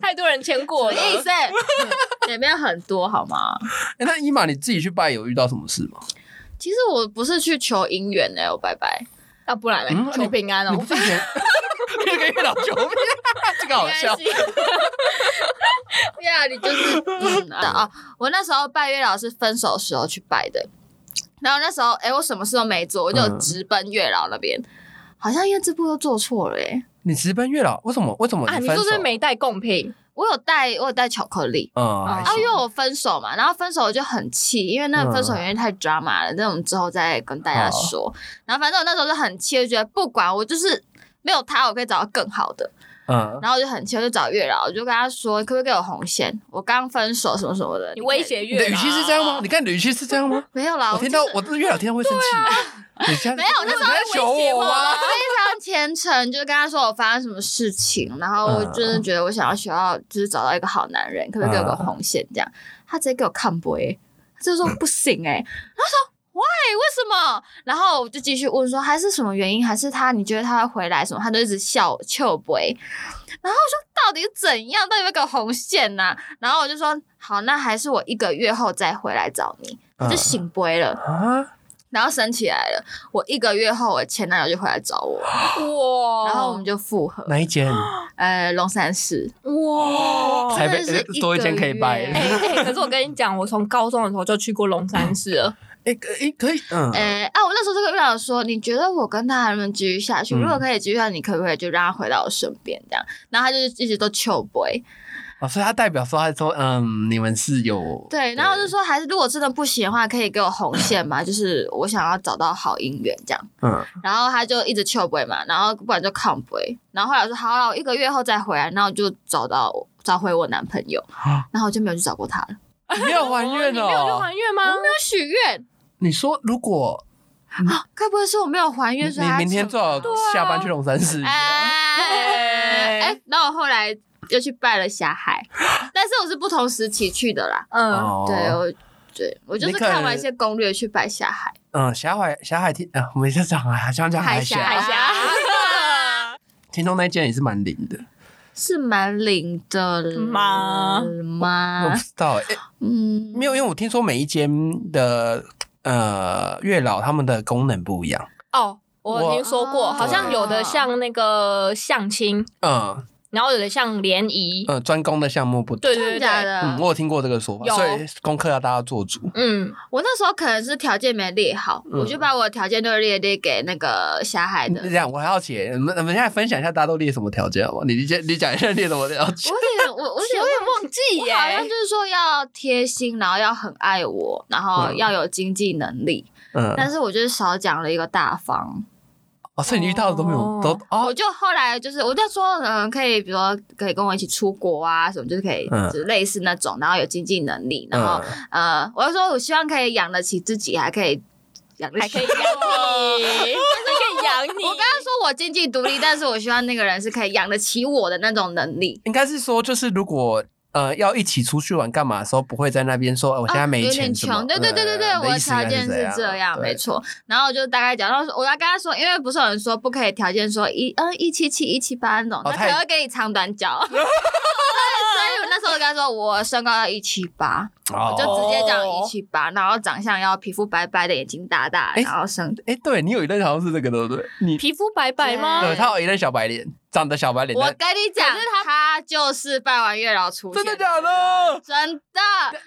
Speaker 3: 太多人牵过
Speaker 2: 我
Speaker 3: 了。
Speaker 2: 意思也没有很多好 吗？
Speaker 1: 哎那伊玛你自己去拜有遇到什么事吗？
Speaker 2: 其实我不是去求姻缘的，我拜拜。
Speaker 3: 那啊不然
Speaker 1: 嗯
Speaker 3: 嘞，求平安
Speaker 1: 你
Speaker 3: 哦
Speaker 1: 不。是以前 那个月老求命，这个好 笑。
Speaker 2: 没关系月啊老，你就是嗯啊、哦！我那时候拜月老是分手时候去拜的，然后那时候哎、我什么事都没做，我就
Speaker 1: 嗯
Speaker 2: 直奔月老那边。好像因为这步都做错了耶、
Speaker 1: 你直奔月老，为什么？为什么
Speaker 3: 啊，你
Speaker 1: 分
Speaker 3: 是
Speaker 1: 手？
Speaker 3: 不是没带贡品？
Speaker 2: 我有带，我有带巧克力。
Speaker 1: 嗯，还
Speaker 3: 啊
Speaker 2: 啊，
Speaker 1: 行
Speaker 2: 因为我分手嘛，然后分手我就很气，因为那个分手原因太 drama 了，那我们之后再跟大家说。然后反正我那时候就很气，就觉得不管我就是没有他，我可以找到更好的。
Speaker 1: 嗯，
Speaker 2: 然后我就很气，我就找月老，我就跟他说，可不可以给我红线？我刚分手什么什么的。
Speaker 3: 你
Speaker 2: 可以
Speaker 3: 威？胁
Speaker 1: 你
Speaker 3: 月
Speaker 1: 的
Speaker 3: 老
Speaker 1: 语气是这样吗？你看你的语气是这样 吗？
Speaker 2: 没有啦，
Speaker 1: 我听到
Speaker 2: 就是
Speaker 1: 我这月老听到会生气。你现在
Speaker 2: 没有那时
Speaker 1: 你
Speaker 2: 候
Speaker 1: 在求
Speaker 3: 啊
Speaker 1: 我 吗？
Speaker 2: 非常虔诚，就跟他说我发生什么事情，然后我真的觉得我想要学到，就是找到一个好男人，可不可以给我个红线这样？他直接给我看不哎，他就说不行哎、欸，他说 why 为什么？然后我就继续问说还是什么原因，还是他你觉得他会回来什么？他就一直笑笑不哎，然后我说到底是怎样？到底有没有给我红线呐、然后我就说好，那还是我一个月后再回来找你，他就
Speaker 1: 嗯
Speaker 2: 醒不了。
Speaker 1: 啊，
Speaker 2: 然后生起来了，我一个月后，我前男友就回来找我，
Speaker 3: 哇，
Speaker 2: 然后我们就复合。
Speaker 1: 哪一间？
Speaker 2: 呃，龙山寺，
Speaker 3: 哇。
Speaker 1: 台北
Speaker 2: 真的哦是一个
Speaker 1: 多一间可以拜
Speaker 2: 月。
Speaker 3: 哎、哎可是我跟你讲，我从高中的时候就去过龙山寺了。
Speaker 1: 哎，可哎可以，嗯，
Speaker 2: 呃，啊，我那时候就跟月老说，你觉得我跟他还能不能继续下去？
Speaker 1: 嗯
Speaker 2: 如果可以继续下去，你可不可以就让他回到我身边这样？然后他就一直都求 boy，
Speaker 1: 哦，所以他代表说，他说，嗯，你们是有
Speaker 2: 对，然后我就说，还是如果真的不行的话，可以给我红线嘛，就是我想要找到好姻缘这样。
Speaker 1: 嗯，
Speaker 2: 然后他就一直求 boy 嘛，然后不然就抗 boy，然后后来我说好了，我一个月后再回来，然后我就找到找回我男朋友，
Speaker 1: 啊
Speaker 2: 然后我就没有去找过他了。
Speaker 1: 你没有还愿
Speaker 3: 你没有去
Speaker 1: 哦。
Speaker 3: 还愿吗
Speaker 2: 我？没有许愿
Speaker 1: 你说如果
Speaker 2: 啊，该不会是我没有还
Speaker 1: 你
Speaker 2: 愿？所以
Speaker 1: 你
Speaker 2: 他
Speaker 1: 明天
Speaker 2: 惩
Speaker 1: 最好下班去龙山寺。
Speaker 2: 啊哎
Speaker 3: 哎
Speaker 2: 哎，那我后来又去拜了霞海， 但是我是不同时期去的啦。
Speaker 3: 嗯，
Speaker 1: 哦
Speaker 2: 对，我对我就
Speaker 1: 你
Speaker 2: 是
Speaker 1: 可能
Speaker 2: 看完一些攻略去拜霞海。
Speaker 1: 嗯，霞海霞海听啊，我们在讲啊，想讲海
Speaker 2: 海
Speaker 1: 峡
Speaker 2: 峡，
Speaker 3: 海峡。
Speaker 1: 听说那间也是蛮灵的，
Speaker 2: 是蛮灵的
Speaker 3: 吗
Speaker 1: 我
Speaker 2: 吗
Speaker 1: 不？知道哎，
Speaker 2: 嗯，
Speaker 1: 没有，因为我听说每一间的呃月老他们的功能不一样。
Speaker 3: 哦，我哦已经说过，
Speaker 2: 我
Speaker 3: 好像有
Speaker 1: 啊
Speaker 3: 的像那个相亲，
Speaker 1: 嗯
Speaker 3: 然后有的像联谊。
Speaker 1: 嗯，专攻的项目不同。
Speaker 3: 对
Speaker 2: 真的
Speaker 3: 对
Speaker 2: 假
Speaker 3: 对，
Speaker 1: 嗯，
Speaker 2: 的？
Speaker 1: 我有听过这个说法，
Speaker 3: 有
Speaker 1: 所以功课要大家做足。
Speaker 3: 嗯，
Speaker 2: 我那时候可能是条件没列好，
Speaker 1: 嗯
Speaker 2: 我就把我的条件都列列给那个霞海的
Speaker 1: 这。样，我很好奇，你们你们现在分享一下大家都列什么条件好不好？你你先你讲一下列什么条件
Speaker 2: 我。有点，我我 有点
Speaker 3: 我也忘记
Speaker 2: 我好像
Speaker 3: 耶
Speaker 2: 就。是说要贴心，然后要很爱我，然后
Speaker 1: 嗯
Speaker 2: 要有经济能力。
Speaker 1: 嗯，
Speaker 2: 但是我就是少讲了一个大方，
Speaker 1: 哦，所以你遇到的都没有
Speaker 3: 哦
Speaker 1: 都
Speaker 2: 我
Speaker 1: 哦，
Speaker 2: 就后来就是我就说，嗯，可以，比如说可以跟我一起出国啊，什么就是可以，
Speaker 1: 嗯
Speaker 2: 就是类似那种，然后有经济能力，然后
Speaker 1: 嗯，
Speaker 2: 呃，我就说我希望可以养得起自己，还可以养得
Speaker 3: 还
Speaker 2: 起
Speaker 3: 可以。养你，还可以养你。
Speaker 2: 我刚刚说我经济独立，但是我希望那个人是可以养得起我的那种能力。
Speaker 1: 应该是说就是如果。呃，要一起出去玩干嘛的时候，不会在那边说，哦我现在
Speaker 2: 啊
Speaker 1: 没
Speaker 2: 有
Speaker 1: 钱
Speaker 2: 点
Speaker 1: 什么、
Speaker 2: 穷，对对对对对，
Speaker 1: 嗯
Speaker 2: 我的条件
Speaker 1: 你的意思应该
Speaker 2: 是
Speaker 1: 是
Speaker 2: 这样，没
Speaker 1: 对
Speaker 2: 错。然后我就大概讲到说，我要跟他说，因为不是有人说不可以条件说一嗯一七七一七八那种，他
Speaker 1: 太
Speaker 2: 才会给你长短脚。 对，所以我那时候我跟他说，我身高要一七八，我就
Speaker 1: 哦，
Speaker 2: 直接讲
Speaker 3: 哦
Speaker 2: 一七八，然后长相要皮肤白白的，眼睛大大，
Speaker 1: 哎
Speaker 2: 然后身
Speaker 1: 哎、对你有一任好像是这个，对不对？你
Speaker 3: 皮肤白白吗？
Speaker 1: 对他有一任小白脸，长得小白脸，
Speaker 2: 我
Speaker 1: 但
Speaker 2: 跟你讲
Speaker 3: 可是，
Speaker 2: 他就是拜完月老出
Speaker 1: 真
Speaker 2: 现
Speaker 1: 的假的？
Speaker 2: 真的。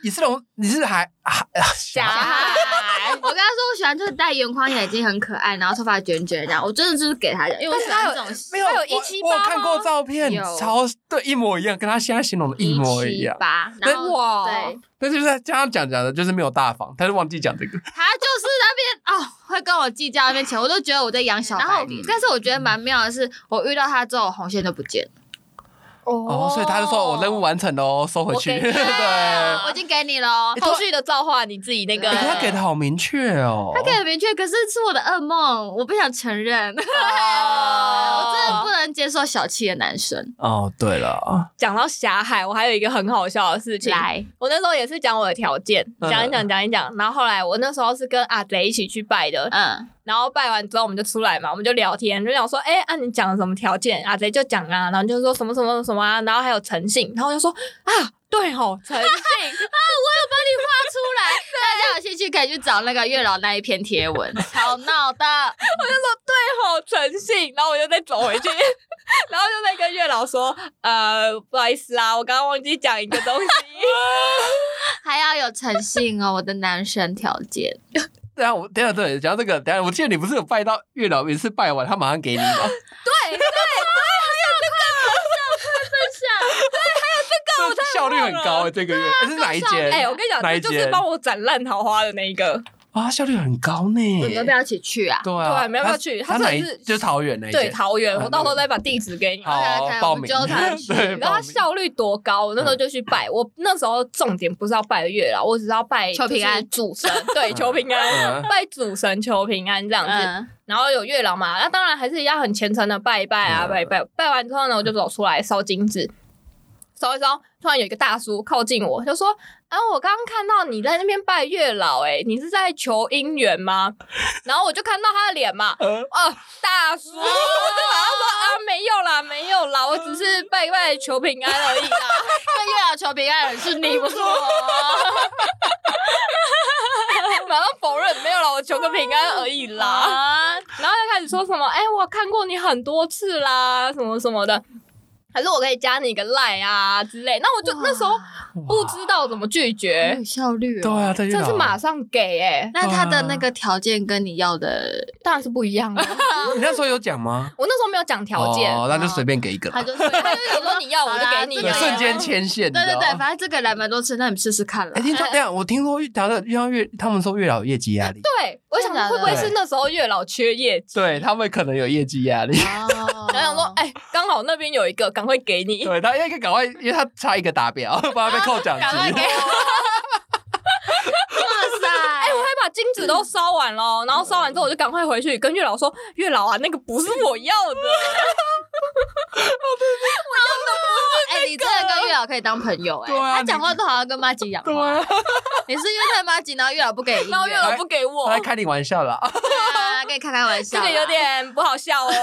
Speaker 1: 你是龙，你是还啊啊小
Speaker 3: 假海
Speaker 2: 我跟他说，我喜欢就是戴圆框眼镜，很可爱，然后头发卷卷这样。我真的就是给他讲，因为我喜欢这种
Speaker 1: 没有
Speaker 3: 他有
Speaker 1: 我
Speaker 3: 178
Speaker 1: 我有看过照片
Speaker 2: 有，
Speaker 1: 超对一模一样，跟他现在形容的一模一样。
Speaker 2: 八，然后
Speaker 3: 哇
Speaker 2: 对，
Speaker 1: 但是就是这样讲讲的，就是没有大方，但是忘记讲这个。
Speaker 2: 他就是那边哦，会跟我计较那边钱，我都觉得我在养小
Speaker 3: 然
Speaker 1: 嗯
Speaker 3: 后
Speaker 2: 白脸。但是我觉得蛮妙的是，我遇到他之后，我红线就不见了。
Speaker 1: 哦，所以他就说我任务完成喽，收回去。
Speaker 3: 我
Speaker 1: 对，
Speaker 3: 给你
Speaker 1: 欸
Speaker 3: 啊
Speaker 2: 我已经给你了。
Speaker 1: 对
Speaker 3: 后续的造化你自己那个。
Speaker 2: 对
Speaker 1: 哎他给的好明确哦。
Speaker 2: 他给很明确，可是是我的噩梦，我不想承认，
Speaker 3: 哦
Speaker 2: 我真的不能接受小气的男生。
Speaker 1: 哦，对了，
Speaker 3: 讲到霞海，我还有一个很好笑的事情。
Speaker 2: 来，
Speaker 3: 我那时候也是讲我的条件，
Speaker 1: 嗯
Speaker 3: 讲一讲，讲一讲，然后后来我那时候是跟阿贼一起去拜的，
Speaker 2: 嗯，
Speaker 3: 然后拜完之后我们就出来嘛，我们就聊天，就想说，哎、啊你讲了什么条件？阿贼就讲啊，然后就说什么什么什么啊，然后还有诚信，然后我就说啊，对哦，诚信，
Speaker 2: 啊出来，大家有兴趣可以去找那个月老那一篇贴 文，吵闹的。
Speaker 3: 好诚信，然后我就再走回去， 然后就在跟月老说，呃，不好意思啊，我刚刚忘记讲一个东 西，
Speaker 2: 还要有诚信哦，我的男神条件。
Speaker 1: 对啊，我等一下对讲到这个，等一下我记得你不是有拜到月老，每次拜完他马上给你 吗？
Speaker 3: 对，
Speaker 1: 这效率很高哎，这个月哎是哪一间？
Speaker 3: 哎、我跟你讲，
Speaker 1: 哪
Speaker 3: 这
Speaker 1: 一
Speaker 3: 就是
Speaker 1: 间？
Speaker 3: 帮我斩烂桃花的那一个，
Speaker 1: 啊，效率很高呢。
Speaker 2: 你们要不要一起去啊？
Speaker 1: 对
Speaker 3: 对
Speaker 1: 啊，
Speaker 3: 啊没有
Speaker 1: 他
Speaker 3: 要去
Speaker 1: 他
Speaker 3: 他
Speaker 1: 哪
Speaker 3: 这
Speaker 1: 一
Speaker 3: 是
Speaker 1: 就是桃园那一
Speaker 3: 对，
Speaker 1: 间？
Speaker 3: 桃哎园，
Speaker 1: 啊
Speaker 3: 我到时候再把地址给你。
Speaker 2: 看
Speaker 1: 好
Speaker 2: 看
Speaker 1: 报
Speaker 2: 我们
Speaker 1: 名
Speaker 2: 纠缠，
Speaker 1: 对，
Speaker 3: 然
Speaker 1: 报
Speaker 3: 后他
Speaker 1: 名
Speaker 3: 效率多高？我那
Speaker 1: 嗯
Speaker 3: 时候就去拜，我那时候重点不是要拜月老，我只是要拜
Speaker 2: 求平安
Speaker 3: 就是主神，对，求平
Speaker 1: 嗯
Speaker 3: 安，拜主神求平安这样子。
Speaker 2: 嗯，
Speaker 3: 然后有月老嘛，那当然还是要很虔诚的拜一拜啊，
Speaker 1: 嗯
Speaker 3: 拜一拜。拜完之后呢，我就走出来烧金纸，烧一烧，突然有一个大叔靠近我，就说：“啊，我刚刚看到你在那边拜月老、欸，你是在求姻缘吗？” 然后我就看到他的脸嘛，
Speaker 1: 嗯
Speaker 3: 哦，大叔，然后说啊，没有啦，没有啦，我只是拜拜求平安而已啦。
Speaker 2: 跟月老求平安的是 你，不是我。
Speaker 3: 马上否认，没有啦，我求个平安而已啦。
Speaker 2: 啊，
Speaker 3: 然后就开始说什么，哎、我看过你很多次啦，什么什么的。还是我可以加你一个赖啊之类，那我就
Speaker 2: 哇
Speaker 3: 那时候不知道怎么拒
Speaker 2: 好
Speaker 3: 绝
Speaker 2: 有，效率
Speaker 1: 对
Speaker 2: 哦。
Speaker 1: 啊，这月
Speaker 3: 这
Speaker 1: 老
Speaker 3: 是马上给哎、
Speaker 2: 那他的那个条件跟你要的，
Speaker 3: 当然是不一样 的。
Speaker 1: 你那时候有讲吗？
Speaker 3: 我那时候没有讲条件，
Speaker 1: 哦，那就随便给一个啦
Speaker 2: 他，就是他
Speaker 3: 他
Speaker 2: 就
Speaker 3: 就
Speaker 2: 想
Speaker 3: 想
Speaker 2: 说
Speaker 3: 说
Speaker 2: 你
Speaker 3: 你
Speaker 2: 要
Speaker 3: 要
Speaker 2: 我
Speaker 3: 我
Speaker 2: 就
Speaker 3: 就
Speaker 2: 给
Speaker 3: 给
Speaker 2: 你
Speaker 3: 你，
Speaker 1: 对，瞬间牵线，
Speaker 2: 对对
Speaker 1: 你知道啊
Speaker 2: 对，
Speaker 1: 吗
Speaker 2: 反正这个来蛮多次，那你试试看了
Speaker 1: 哎，。听说这样，我听说讲的遇到月，他们说月老有业绩压力，
Speaker 3: 对，我想说会不会是那时候月老缺业绩，
Speaker 1: 对他们可能有业绩压 力。
Speaker 2: 哦
Speaker 3: 然后想说，哎、刚好那边有一个，赶快给你。
Speaker 1: 对他应该赶快，因为他差一个达标，不然被扣 奖
Speaker 3: 赶快
Speaker 1: 金
Speaker 3: 给。我！
Speaker 2: 哇塞，
Speaker 3: 哎，我还把金纸都烧完了，然后烧完之后我就赶快回去跟月老说：“月老啊，那个不是我要的，
Speaker 2: 哎、你真的跟月老可以当朋友哎、
Speaker 1: 对啊
Speaker 2: 他讲话都好像跟妈吉一样。
Speaker 1: 对啊，
Speaker 2: 你是因为太妈吉，然后月老不给你音乐，
Speaker 3: 然后月老不给我
Speaker 1: 我，在开你玩笑啦。
Speaker 2: 对啊，跟你开开玩笑
Speaker 3: 这
Speaker 2: 啦，
Speaker 3: 个有点不好笑哦。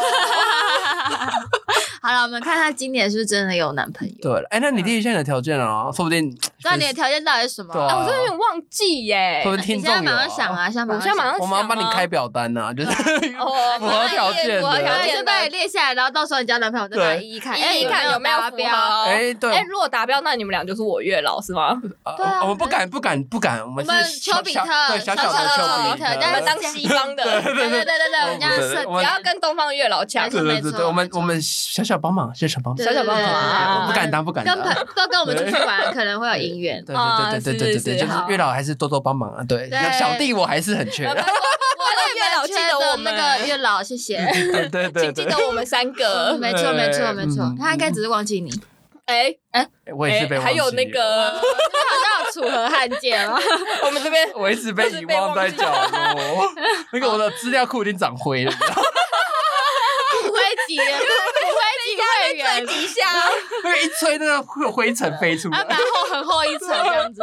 Speaker 2: 好了。我们看他今年是不是真的有男朋友？
Speaker 1: 对了，哎，那你列一下你的条件啊，说不定。
Speaker 2: 那嗯你的条件到底是什么？
Speaker 1: 对啊
Speaker 3: 啊”我真的有点忘记耶
Speaker 1: 说。不定
Speaker 2: 你
Speaker 1: 听
Speaker 2: 现
Speaker 1: 众
Speaker 2: 在
Speaker 1: 有
Speaker 2: 马上想
Speaker 1: 啊。
Speaker 2: 啊，现在
Speaker 3: 我
Speaker 2: 马
Speaker 3: 现在
Speaker 2: 上
Speaker 3: 马
Speaker 2: 想。
Speaker 3: 上
Speaker 1: 我马上帮你
Speaker 3: 想啊
Speaker 1: 开表单呐，就是
Speaker 2: 啊
Speaker 3: 哦
Speaker 1: 符合条件
Speaker 3: 符合条
Speaker 1: 的。
Speaker 2: 对，
Speaker 3: 件
Speaker 2: 就帮你列下来，然后到时候你叫男朋友再把它一一看，哎
Speaker 3: 一一看有没有
Speaker 2: 达
Speaker 3: 符
Speaker 2: 标。啊
Speaker 3: 合？
Speaker 1: 哎，对
Speaker 3: 哎，，如果达标，那你们俩就是我月老是吗？
Speaker 1: 呃
Speaker 2: 哦对啊
Speaker 1: 我们不敢，不敢，不敢，我们
Speaker 2: 我们
Speaker 1: 是小
Speaker 2: 丘比特
Speaker 1: 小对，小小
Speaker 2: 小
Speaker 1: 的丘
Speaker 2: 小的丘
Speaker 1: 比
Speaker 2: 比
Speaker 1: 特
Speaker 2: 特，
Speaker 3: 我
Speaker 2: 但
Speaker 3: 们
Speaker 2: 是
Speaker 3: 当西方的，
Speaker 2: 对对对对 对，我们这样设计
Speaker 1: 我
Speaker 3: 不要跟东方月老抢。
Speaker 1: 对对对对，
Speaker 2: 没错
Speaker 1: 我们
Speaker 2: 没错
Speaker 1: 我们小小帮忙，小小帮忙，
Speaker 2: 对
Speaker 3: 小小帮忙啊
Speaker 1: 我不敢当，不敢
Speaker 2: 跟
Speaker 1: 当。
Speaker 2: 朋都跟我们出去玩，可能会有姻缘。
Speaker 1: 对对对对对对对，
Speaker 3: 啊是是
Speaker 1: 就是
Speaker 3: 好
Speaker 1: 月老还是多多帮忙啊。对，
Speaker 2: 对
Speaker 1: 小弟我还是很缺
Speaker 3: 我
Speaker 1: 的。
Speaker 3: 们我的月老记得我
Speaker 2: 那
Speaker 3: 们，
Speaker 2: 个月老，谢谢。
Speaker 1: 对对 对
Speaker 3: 请记得
Speaker 1: 对，
Speaker 3: 我们三个。
Speaker 2: 没错，没错，
Speaker 1: 嗯
Speaker 2: 没错
Speaker 1: 嗯，
Speaker 2: 他应该只是忘记你，
Speaker 3: 哎
Speaker 1: 我也是被
Speaker 3: 哎，
Speaker 1: 忘
Speaker 3: 还有
Speaker 1: 记
Speaker 3: 那个，
Speaker 2: 好像有楚河汉界 啊。
Speaker 3: 我们这边
Speaker 1: 我一直被遗忘在角 落。那个我的资料库已经长灰了， 你知道吗
Speaker 2: 骨灰级的，骨灰级会 员，
Speaker 3: 底 下，
Speaker 1: 那个一吹，那个会有灰尘飞出
Speaker 2: 啊，
Speaker 1: 来
Speaker 2: 蛮，厚很厚一层这样子。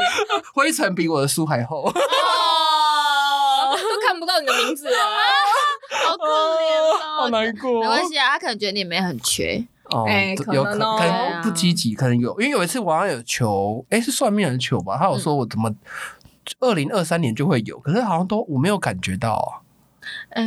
Speaker 1: 灰尘比我的书还厚。
Speaker 3: 哦，都看不到你的名字了。
Speaker 2: 好可怜哦
Speaker 1: 好难过
Speaker 2: 没。关系啊，他可能觉得你没很缺，
Speaker 1: 哦
Speaker 3: 哎
Speaker 1: 对
Speaker 3: 可
Speaker 1: 有
Speaker 3: 能
Speaker 1: 能
Speaker 3: 哦
Speaker 1: 可能不积极，可能有，因为有一次我好像有求，哎，是算命人求吧，他有
Speaker 3: 嗯
Speaker 1: 说我怎么二零二三年就会有，可是好像都我没有感觉到啊。
Speaker 2: 哎，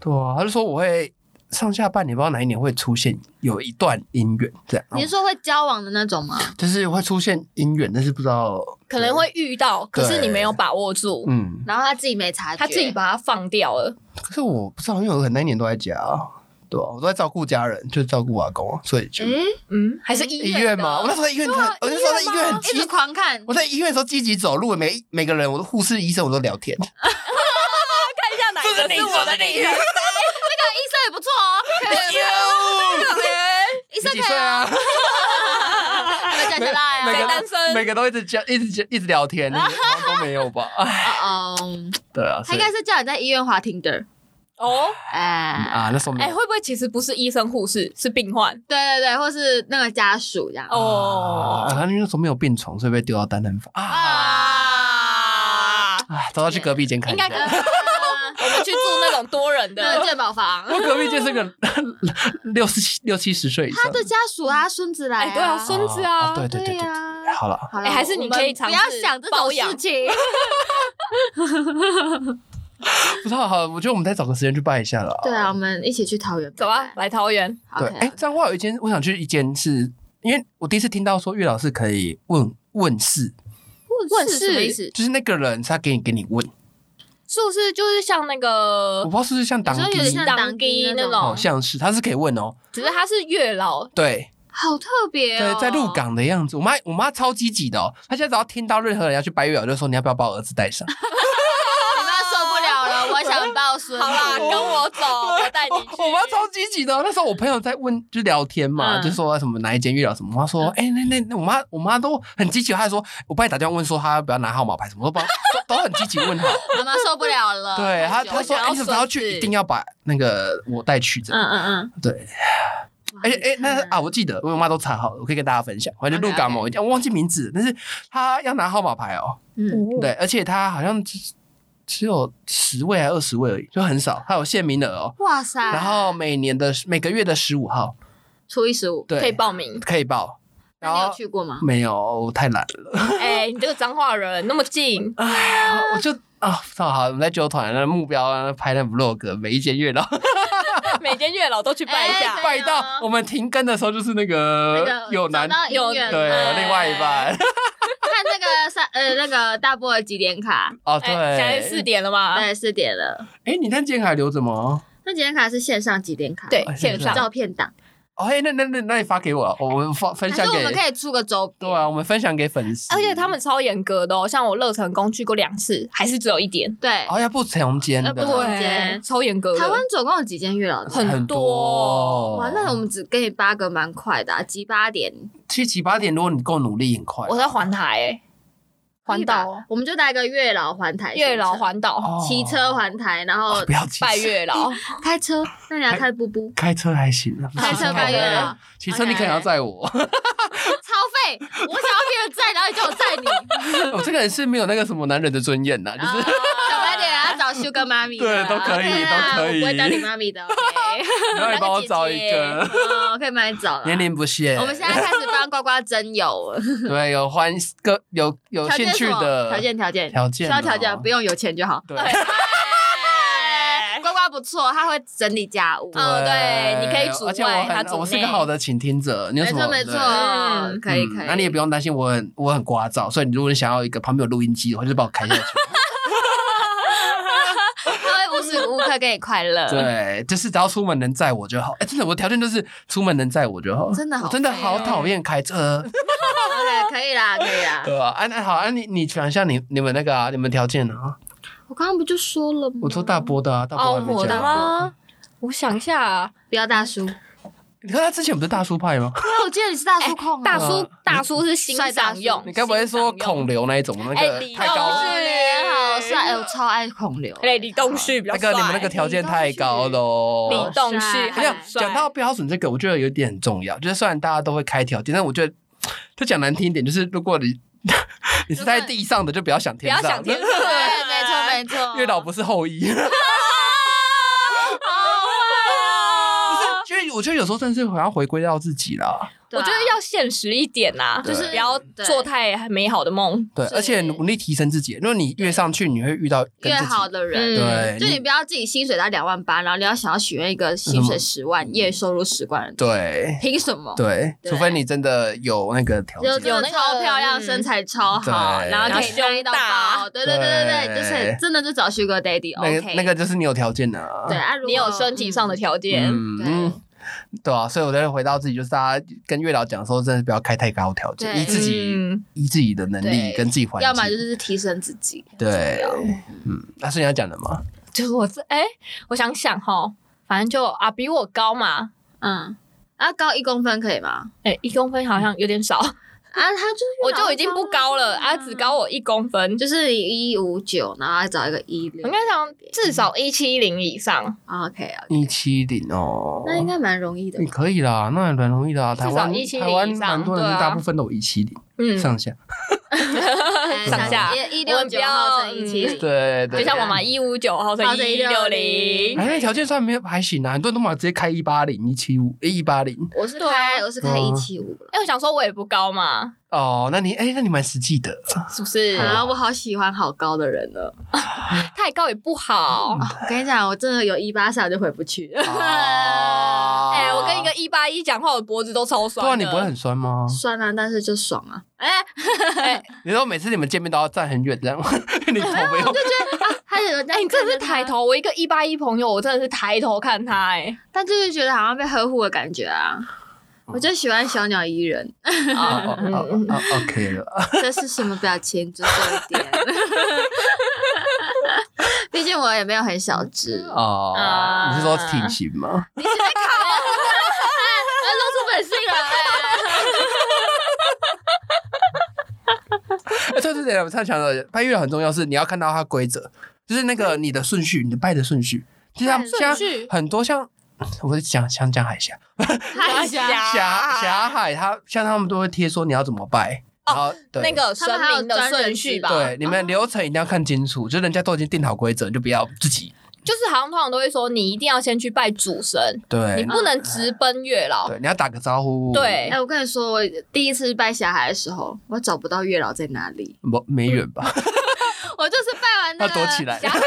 Speaker 1: 对啊，他就说我会上下半年不知道哪一年会出现有一段姻缘，这样哦
Speaker 2: 你是说会交往的那种吗？
Speaker 1: 就是会出现姻缘，但是不知道
Speaker 3: 可能会遇到，可是你没有把握住，
Speaker 1: 嗯，
Speaker 2: 然后他自己没察觉，
Speaker 3: 他自己把它放掉了。
Speaker 1: 可是我不知道，因为我很那一年都在家啊，对啊，我都在照顾家人，就照顾阿公啊，所以就、
Speaker 2: 嗯，
Speaker 3: 嗯，还是医
Speaker 1: 医院嘛，我那
Speaker 3: 的
Speaker 1: 时候在医院很，我那时候在医院很
Speaker 2: 一直
Speaker 1: 积，
Speaker 2: 狂 看，
Speaker 1: 我在医院的时候积极走路，每每个人，我的护士、医生我都聊天，
Speaker 3: 看一下哪个是我的
Speaker 1: 你
Speaker 3: 女
Speaker 2: 这
Speaker 3: 儿。
Speaker 2: 个医生也不错哦，
Speaker 1: 哟
Speaker 2: 医
Speaker 1: 你
Speaker 2: 生
Speaker 1: 几
Speaker 2: 可
Speaker 1: 岁
Speaker 2: 以
Speaker 1: 啊？
Speaker 2: 的赖
Speaker 1: 每
Speaker 3: 谁
Speaker 1: 个
Speaker 2: 啊
Speaker 3: 单身
Speaker 1: 每个都一直叫，一直叫一直聊天，好像都没有吧？哎，
Speaker 2: 哦，嗯
Speaker 1: 对啊，
Speaker 2: 他
Speaker 1: 所
Speaker 2: 应
Speaker 1: 以
Speaker 2: 该是叫你在医院滑 Tinder，
Speaker 3: 哦，
Speaker 2: 哎，
Speaker 1: 啊，那时候没
Speaker 3: 哎、
Speaker 1: 有
Speaker 3: 会不会其实不是医生护士，是病患？
Speaker 2: 对对对，或是那个家属这样。
Speaker 3: 哦
Speaker 1: 啊，因为那时候没有病床，所以被丢到单人房啊
Speaker 2: 啊
Speaker 3: 啊，
Speaker 1: 啊，早早去隔壁间看一
Speaker 3: 应
Speaker 1: 下
Speaker 3: 该。
Speaker 2: 啊
Speaker 3: 我们去住那种多人
Speaker 2: 那个
Speaker 3: 的，
Speaker 2: 健保房，
Speaker 1: 我隔壁间是个六十七六七十岁以上，
Speaker 2: 他的家属啊，孙子来
Speaker 3: 哎，
Speaker 2: 啊，
Speaker 3: 对啊，孙子
Speaker 1: 哦
Speaker 3: 啊，
Speaker 1: 对对对对，
Speaker 2: 呀。
Speaker 1: 好了，
Speaker 2: 好
Speaker 3: 哎还是你可以
Speaker 2: 我们
Speaker 3: 尝
Speaker 2: 不
Speaker 3: 试
Speaker 2: 要想这种
Speaker 3: 包养
Speaker 2: 事情，
Speaker 1: 不知道好，我觉得我们再找个时间去拜一下了。
Speaker 2: 对啊，我们一起去桃园，
Speaker 3: 走啊，来桃园，
Speaker 1: 对，
Speaker 2: OK，
Speaker 1: 哎、彰化有一间，我想去一间是，因为我第一次听到说岳老师可以问问事，
Speaker 2: 问
Speaker 3: 是
Speaker 2: 什么意思？
Speaker 1: 就是那个人他给你给你问，
Speaker 3: 是不是就是像那
Speaker 1: 我
Speaker 3: 个
Speaker 1: 不知道是不是像党
Speaker 2: 你说有点
Speaker 1: 籍
Speaker 2: 像当
Speaker 3: 当
Speaker 2: 地
Speaker 3: 地
Speaker 2: 那
Speaker 3: 那
Speaker 2: 种
Speaker 1: 好
Speaker 3: 种？
Speaker 1: 像是，他是可以问哦，
Speaker 3: 只是他是月老，
Speaker 1: 对
Speaker 2: 好特别哦，
Speaker 1: 对，在鹿港的样子，我妈我妈超积极的哦，她现在只要听到任何人要去拜月老，就说你要不要把我儿子带上，
Speaker 2: 你们受不了了，我想抱孙子。
Speaker 3: 好啦，跟我走，我带你去。
Speaker 1: 我我妈超积极的哦、那时候我朋友在问，就聊天嘛，
Speaker 3: 嗯
Speaker 1: 就说什么哪一间月老什么，我妈说，哎、那那那我妈我妈都很积极，她还说我帮你打电话问说她要不要拿号码牌什么，都帮都都很积极问她。
Speaker 2: 妈妈受不了了。
Speaker 1: 对他，
Speaker 2: 太久
Speaker 1: 他说
Speaker 3: 想要
Speaker 1: 哎你怎么要
Speaker 3: 孙
Speaker 1: 去，
Speaker 3: 子
Speaker 1: 一定要把那个我带去这
Speaker 2: 嗯
Speaker 1: 样。
Speaker 2: 嗯
Speaker 1: 对，
Speaker 2: 嗯，
Speaker 1: 而且哎，那啊，我记得我妈都查好了，我可以跟大家分享。反正就鹿港
Speaker 2: OK，OK
Speaker 1: 某一家，我忘记名字，但是他要拿号码牌哦。
Speaker 2: 嗯，
Speaker 1: 对，而且他好像只只有十位还二十位而已，就很少，他有限名额哦。
Speaker 2: 哇塞，
Speaker 1: 然后每年的每个月的十五号，
Speaker 2: 初一十五，
Speaker 1: 对，。
Speaker 3: 可以报名
Speaker 1: 可以报。
Speaker 2: 那
Speaker 1: 然
Speaker 2: 你有
Speaker 1: 后
Speaker 2: 去过吗？
Speaker 1: 没有，我太懒了，
Speaker 3: 哎，你这个彰化人那么近，
Speaker 1: 我就啊，操好，我们在纠团，那目标啊拍那 vlog，每一间月老。
Speaker 3: 每间月老都去拜一
Speaker 2: 哎
Speaker 3: 下。
Speaker 1: 拜
Speaker 2: 对
Speaker 1: 到
Speaker 2: 啊
Speaker 1: 我们停更的时候，就是那
Speaker 2: 那
Speaker 1: 个
Speaker 2: 个
Speaker 1: 呃有
Speaker 2: 找
Speaker 1: 男
Speaker 2: 到姻缘
Speaker 3: 有
Speaker 1: 对
Speaker 2: 了
Speaker 1: 另外一 半
Speaker 2: 看那个三呃那个大波的几点卡，
Speaker 1: 哦，对，
Speaker 3: 哎，现在四点了
Speaker 1: 啊
Speaker 3: 嘛？
Speaker 2: 对，四点了。
Speaker 1: 哎，你那件还留着吗？
Speaker 2: 那几点卡是线上几点卡？
Speaker 3: 对
Speaker 1: 哎，
Speaker 3: 线
Speaker 1: 线
Speaker 3: 上
Speaker 1: 上
Speaker 2: 照片档，
Speaker 1: 哦，哎，那那那那你发给我啊，我们发分
Speaker 2: 还
Speaker 1: 享
Speaker 2: 是我
Speaker 1: 给
Speaker 2: 们可以啊出个周边？
Speaker 1: 对啊，我们分享给粉丝，
Speaker 3: 而且他们超严格的哦，像我乐成宫去过两次，还是只有一点。
Speaker 2: 对，
Speaker 1: 哦要不强奸
Speaker 2: 呃
Speaker 1: 的，
Speaker 2: 不对
Speaker 3: 超严格的。
Speaker 2: 台湾总共有几间月老店？
Speaker 1: 很
Speaker 3: 很多
Speaker 1: 多啊
Speaker 2: 哇，那我们只给你八个，蛮快的啊，几八点
Speaker 1: 七七八点，如果你够努力，很快。
Speaker 3: 我在环台哎，环岛，
Speaker 2: 我们就来个月老环台行程，
Speaker 3: 月老环岛
Speaker 1: 哦
Speaker 2: 骑车环台，然后
Speaker 1: 哦不要急
Speaker 3: 拜月老，
Speaker 2: 开车，那你要开布布，
Speaker 1: 开车还行啊，
Speaker 2: 开车拜月老，
Speaker 1: 骑车你可能要载我，
Speaker 2: 超费！我想要别人载，然后你叫我 载你，
Speaker 1: 我这个人是没有那个什么男人的尊严
Speaker 2: 啊
Speaker 1: 呐，就是
Speaker 2: 小白脸啊，找 Sugar 妈咪，
Speaker 1: 对都可以
Speaker 2: OK 啦
Speaker 1: 都可以
Speaker 2: 我不会当你妈咪的，OK，
Speaker 1: 然后你帮我找一
Speaker 3: 那个
Speaker 1: 个，
Speaker 2: 哦，可以帮你找了。
Speaker 1: 年龄不限，
Speaker 2: 我们现在开始帮呱呱征友了，
Speaker 1: 对，有欢各有有
Speaker 2: 条
Speaker 1: 兴
Speaker 2: 件是
Speaker 1: 趣
Speaker 2: 什么
Speaker 1: 的
Speaker 2: 条件条件
Speaker 1: 条件
Speaker 2: 需要
Speaker 1: 哦
Speaker 2: 条件，不用有钱就好。
Speaker 1: 对，
Speaker 2: 哎呱呱不错，他会整理家务，
Speaker 3: 嗯对你可以主
Speaker 1: 而且
Speaker 3: 外
Speaker 1: 我
Speaker 3: 他
Speaker 1: 很
Speaker 3: 主
Speaker 1: 我是个
Speaker 3: 内
Speaker 1: 好的倾听者，你有
Speaker 2: 没
Speaker 1: 什么
Speaker 2: 错没错
Speaker 1: 对，
Speaker 3: 嗯
Speaker 2: 可以
Speaker 1: 嗯
Speaker 2: 可以。
Speaker 1: 那你也不用担心我很我很聒噪，所以你如果你想要一个旁边有录音机的话，就是把我开下 去。
Speaker 2: 他会无时无刻给你快乐。
Speaker 1: 对，就是只要出门能载我就好。哎，真的，我条件就是出门能载我就好。
Speaker 2: 真的好
Speaker 1: 我真的
Speaker 2: 废
Speaker 1: 好
Speaker 2: 哦
Speaker 1: 讨厌开车，
Speaker 2: OK，可以啦，可 以啦。
Speaker 1: 对吧？啊，那好，啊，你你讲一下你你们那个啊，你们条件啊？
Speaker 2: 我刚刚不就说了吗？
Speaker 1: 我说大波的啊，大波还没
Speaker 3: 我哦的
Speaker 1: 讲。
Speaker 3: 吗？我想一下啊，
Speaker 2: 不要大叔，对
Speaker 1: 你看他之前不是大叔派 吗？
Speaker 2: 啊，哎我记得你是大叔控啊，
Speaker 3: 大
Speaker 1: 呃
Speaker 3: 叔，大叔是欣
Speaker 2: 帅大
Speaker 3: 赏
Speaker 2: 叔
Speaker 3: 用，
Speaker 1: 你该不会说孔刘那一种那
Speaker 3: 哎
Speaker 1: 个
Speaker 3: 李
Speaker 1: 太
Speaker 3: 道
Speaker 1: 高
Speaker 3: 是
Speaker 2: 孔刘好帅，哎，我超爱孔刘，
Speaker 3: 哎，李栋旭比较
Speaker 1: 那个你们那个
Speaker 3: 帅
Speaker 1: 条件太高喽。
Speaker 3: 李
Speaker 2: 好
Speaker 3: 栋
Speaker 2: 帅
Speaker 3: 旭
Speaker 1: 好
Speaker 3: 很
Speaker 1: 像
Speaker 3: 帅
Speaker 1: 哎讲到标准这个，我觉得有点很重要。就是虽然大家都会开条件，但我觉得就讲难听一点，就是如果你 你是在地上的，就不要想
Speaker 3: 不
Speaker 1: 天
Speaker 3: 要
Speaker 1: 上的。
Speaker 3: 想天上，
Speaker 2: 对，没错没错，
Speaker 1: 月老不是后 羿，不
Speaker 3: 哦
Speaker 1: 是，因为我觉得有时候真的是好像回归到自己啦。
Speaker 2: 对啊，
Speaker 3: 我觉得要现实一点呐，
Speaker 1: 对
Speaker 3: 就是不要做太美好的梦。
Speaker 1: 对，
Speaker 2: 是
Speaker 1: 而且努力提升自己，如果你越上去，你会遇到跟
Speaker 2: 越
Speaker 1: 自己
Speaker 2: 好的人。
Speaker 3: 嗯
Speaker 1: 对，嗯
Speaker 2: 就你不要自己薪水才两万八，然后你要想要许愿一个薪水十万、月收入十万的人，
Speaker 1: 对
Speaker 2: 凭什么？
Speaker 1: 对，
Speaker 2: 对
Speaker 1: 除非你真的有那个条
Speaker 2: 就
Speaker 1: 件。
Speaker 2: 真的超漂亮，
Speaker 3: 嗯
Speaker 2: 身材超好，
Speaker 1: 对
Speaker 2: 然后可以
Speaker 3: 然后
Speaker 2: 一到
Speaker 3: 胸大
Speaker 2: 包，对对对对
Speaker 1: 对
Speaker 2: 对，就是真的就找
Speaker 1: 那
Speaker 2: Sugar
Speaker 1: 个
Speaker 2: Daddy，OK，
Speaker 1: 那个就是你有条件的、啊，
Speaker 2: 对啊，如果
Speaker 3: 你有身体上的条件，
Speaker 1: 嗯
Speaker 2: 对
Speaker 1: 嗯，对啊，所以我再回到自己，就是大家跟月老讲说，真的不要开太高条件，
Speaker 2: 对
Speaker 1: 以自己、
Speaker 3: 嗯
Speaker 1: 依自己的能力
Speaker 2: 对
Speaker 1: 跟自己环境，
Speaker 2: 要么就是提升自己，
Speaker 1: 对，嗯，那是你要讲的吗？
Speaker 3: 就是我这哎，我想想哈，反正就啊比我高嘛，
Speaker 2: 嗯，啊，高一公分可以吗？
Speaker 3: 哎一公分好像有点少，
Speaker 2: 啊，他就
Speaker 3: 我就已经不高了啊，只高我一公分。
Speaker 2: 就是一五九，然后还找一个一
Speaker 3: 我
Speaker 2: 六
Speaker 3: 应该嗯想至少一七零以上，
Speaker 2: ，OK 啊，
Speaker 1: 一七零哦，
Speaker 2: 那应该蛮容易的
Speaker 1: 你。可以啦，那也蛮容易的啊。
Speaker 3: 至少
Speaker 1: 台湾
Speaker 3: 170
Speaker 1: 台湾
Speaker 3: 以上
Speaker 1: 蛮多人
Speaker 3: 对啊
Speaker 1: 大部分都有一七零
Speaker 3: 嗯，
Speaker 1: 上下，
Speaker 2: 哎
Speaker 1: 上
Speaker 3: 下
Speaker 2: 一
Speaker 3: 我
Speaker 2: 六
Speaker 3: 们不
Speaker 2: 九
Speaker 3: 要
Speaker 2: 号乘一七
Speaker 3: 嗯
Speaker 2: 零，
Speaker 1: 对
Speaker 3: 就
Speaker 1: 对。
Speaker 3: 像我嘛，一五九号
Speaker 2: 号
Speaker 3: 乘
Speaker 2: 称
Speaker 3: 一六零
Speaker 2: 160，
Speaker 1: 哎，条件算没有还行啊，很多人都嘛直接开一八零、一七五、哎一八零
Speaker 2: 我是
Speaker 3: 对啊
Speaker 2: 开我是开
Speaker 1: 嗯
Speaker 2: 一七五了。
Speaker 3: 哎、我想说我也不高嘛，
Speaker 1: 哦。那你哎，那你蛮实际 的，
Speaker 3: 是不是？
Speaker 2: 啊，我好喜欢好高的人呢。
Speaker 3: 太高也不好。
Speaker 2: 哦我跟你讲，我真的有一八三我就回不去
Speaker 1: 嗯
Speaker 2: 了，
Speaker 1: 哦
Speaker 3: 哎、我跟一个一八一讲话，我脖子都超
Speaker 1: 对啊，
Speaker 3: 酸
Speaker 1: 你
Speaker 3: 的。
Speaker 1: 不会很酸吗？
Speaker 2: 算了，但是就爽 啊。哎，
Speaker 1: 你说每次你们见面都要站很远这样， 你头 没有？
Speaker 2: 啊他有
Speaker 3: 哎、
Speaker 2: 在
Speaker 3: 你真的是
Speaker 2: 看着
Speaker 3: 抬
Speaker 2: 他，
Speaker 3: 头，我一个一八一朋友，我真的是抬头看他、哎
Speaker 2: 但就是觉得好像被呵护的感觉啊。我就喜欢小鸟依 人，
Speaker 3: 哎，
Speaker 1: 啊哦哦哦
Speaker 3: 嗯
Speaker 1: 哦，OK 了，
Speaker 2: 这是什么表情？尊重一点。 毕竟我也没有很小只，我
Speaker 1: 哦，
Speaker 3: 啊
Speaker 1: 你是说体型吗？
Speaker 2: 哎露出本性了。哎
Speaker 1: 哎 对对对，我太强了。拜月老很重要，是你要看到它规则，就是那个你的顺序，你的拜的顺序。就像
Speaker 3: 顺
Speaker 1: 像
Speaker 3: 序
Speaker 1: 很多像，我是想想讲海峡，
Speaker 2: 太小，
Speaker 1: 峡峡海，它像他们都会贴说你要怎么拜，然后对
Speaker 3: 哦那个神明的顺序吧，
Speaker 1: 对你们流程一定要看清楚，就是人家都已经定好规则，你就不要自己
Speaker 3: 就是好像通常都会说，你一定要先去拜主神，你
Speaker 1: 对
Speaker 3: 不能直奔月老。
Speaker 1: 对，你要打个招呼，
Speaker 3: 对
Speaker 2: 哎、我跟你说，我第一次拜霞海的时候，我找不到月老在哪里，
Speaker 1: 不没远吧，
Speaker 2: 我就是拜完 那
Speaker 1: 要
Speaker 2: 个
Speaker 1: 躲起来。啊
Speaker 3: 然后就是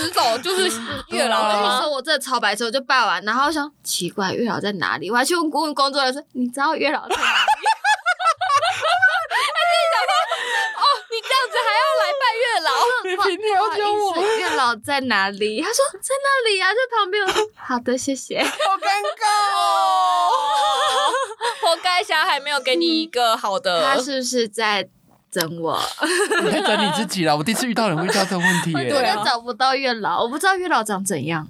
Speaker 3: 直走就是月老
Speaker 2: 我
Speaker 3: 了
Speaker 2: 跟
Speaker 3: 吗
Speaker 2: 你？说，我真的超白痴，我就拜完，然后我想奇怪月老在哪里，我还去问问工作人员说，你知道月老在哪里？
Speaker 3: 哦，你这样子还要来拜月老？
Speaker 1: 你
Speaker 2: 不好
Speaker 1: 平天要教我，
Speaker 2: 不好意思月老在哪里？他说在那里啊，在旁边。我说好的，谢谢。
Speaker 1: 好尴尬哦。
Speaker 3: 活该霞海没有给你一个好
Speaker 1: 呃
Speaker 2: 他
Speaker 3: 的。
Speaker 2: 是不是在整我？
Speaker 1: 你在整你自己啦，我第一次遇到人会遇到这个问题耶。
Speaker 3: 对啊
Speaker 2: 我就找不到月老，我不知道月老长怎样。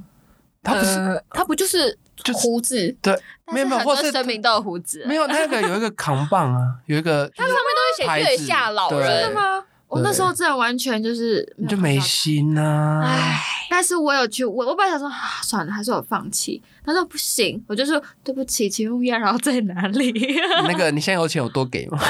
Speaker 1: 他不是
Speaker 3: 呃，他不就是
Speaker 1: 就是
Speaker 3: 胡子？
Speaker 1: 对，
Speaker 2: 但
Speaker 1: 没
Speaker 2: 是
Speaker 1: 有没有，
Speaker 2: 很
Speaker 1: 或
Speaker 2: 多
Speaker 1: 是
Speaker 2: 神明都有胡子啊
Speaker 1: 没。有那个有一个扛棒啊，有一个
Speaker 3: 他上面都会写月下老
Speaker 1: 对
Speaker 3: 人
Speaker 2: 是。吗？啊我那时候真的完全就是
Speaker 1: 你就没
Speaker 2: 看到
Speaker 1: 心啊呐。
Speaker 2: 唉，但是我有去问，我本来想说、啊、算了，还是我放弃。他说不行，我就说对不起，请问月老在哪里？
Speaker 1: 你那个你现在有钱有多给吗？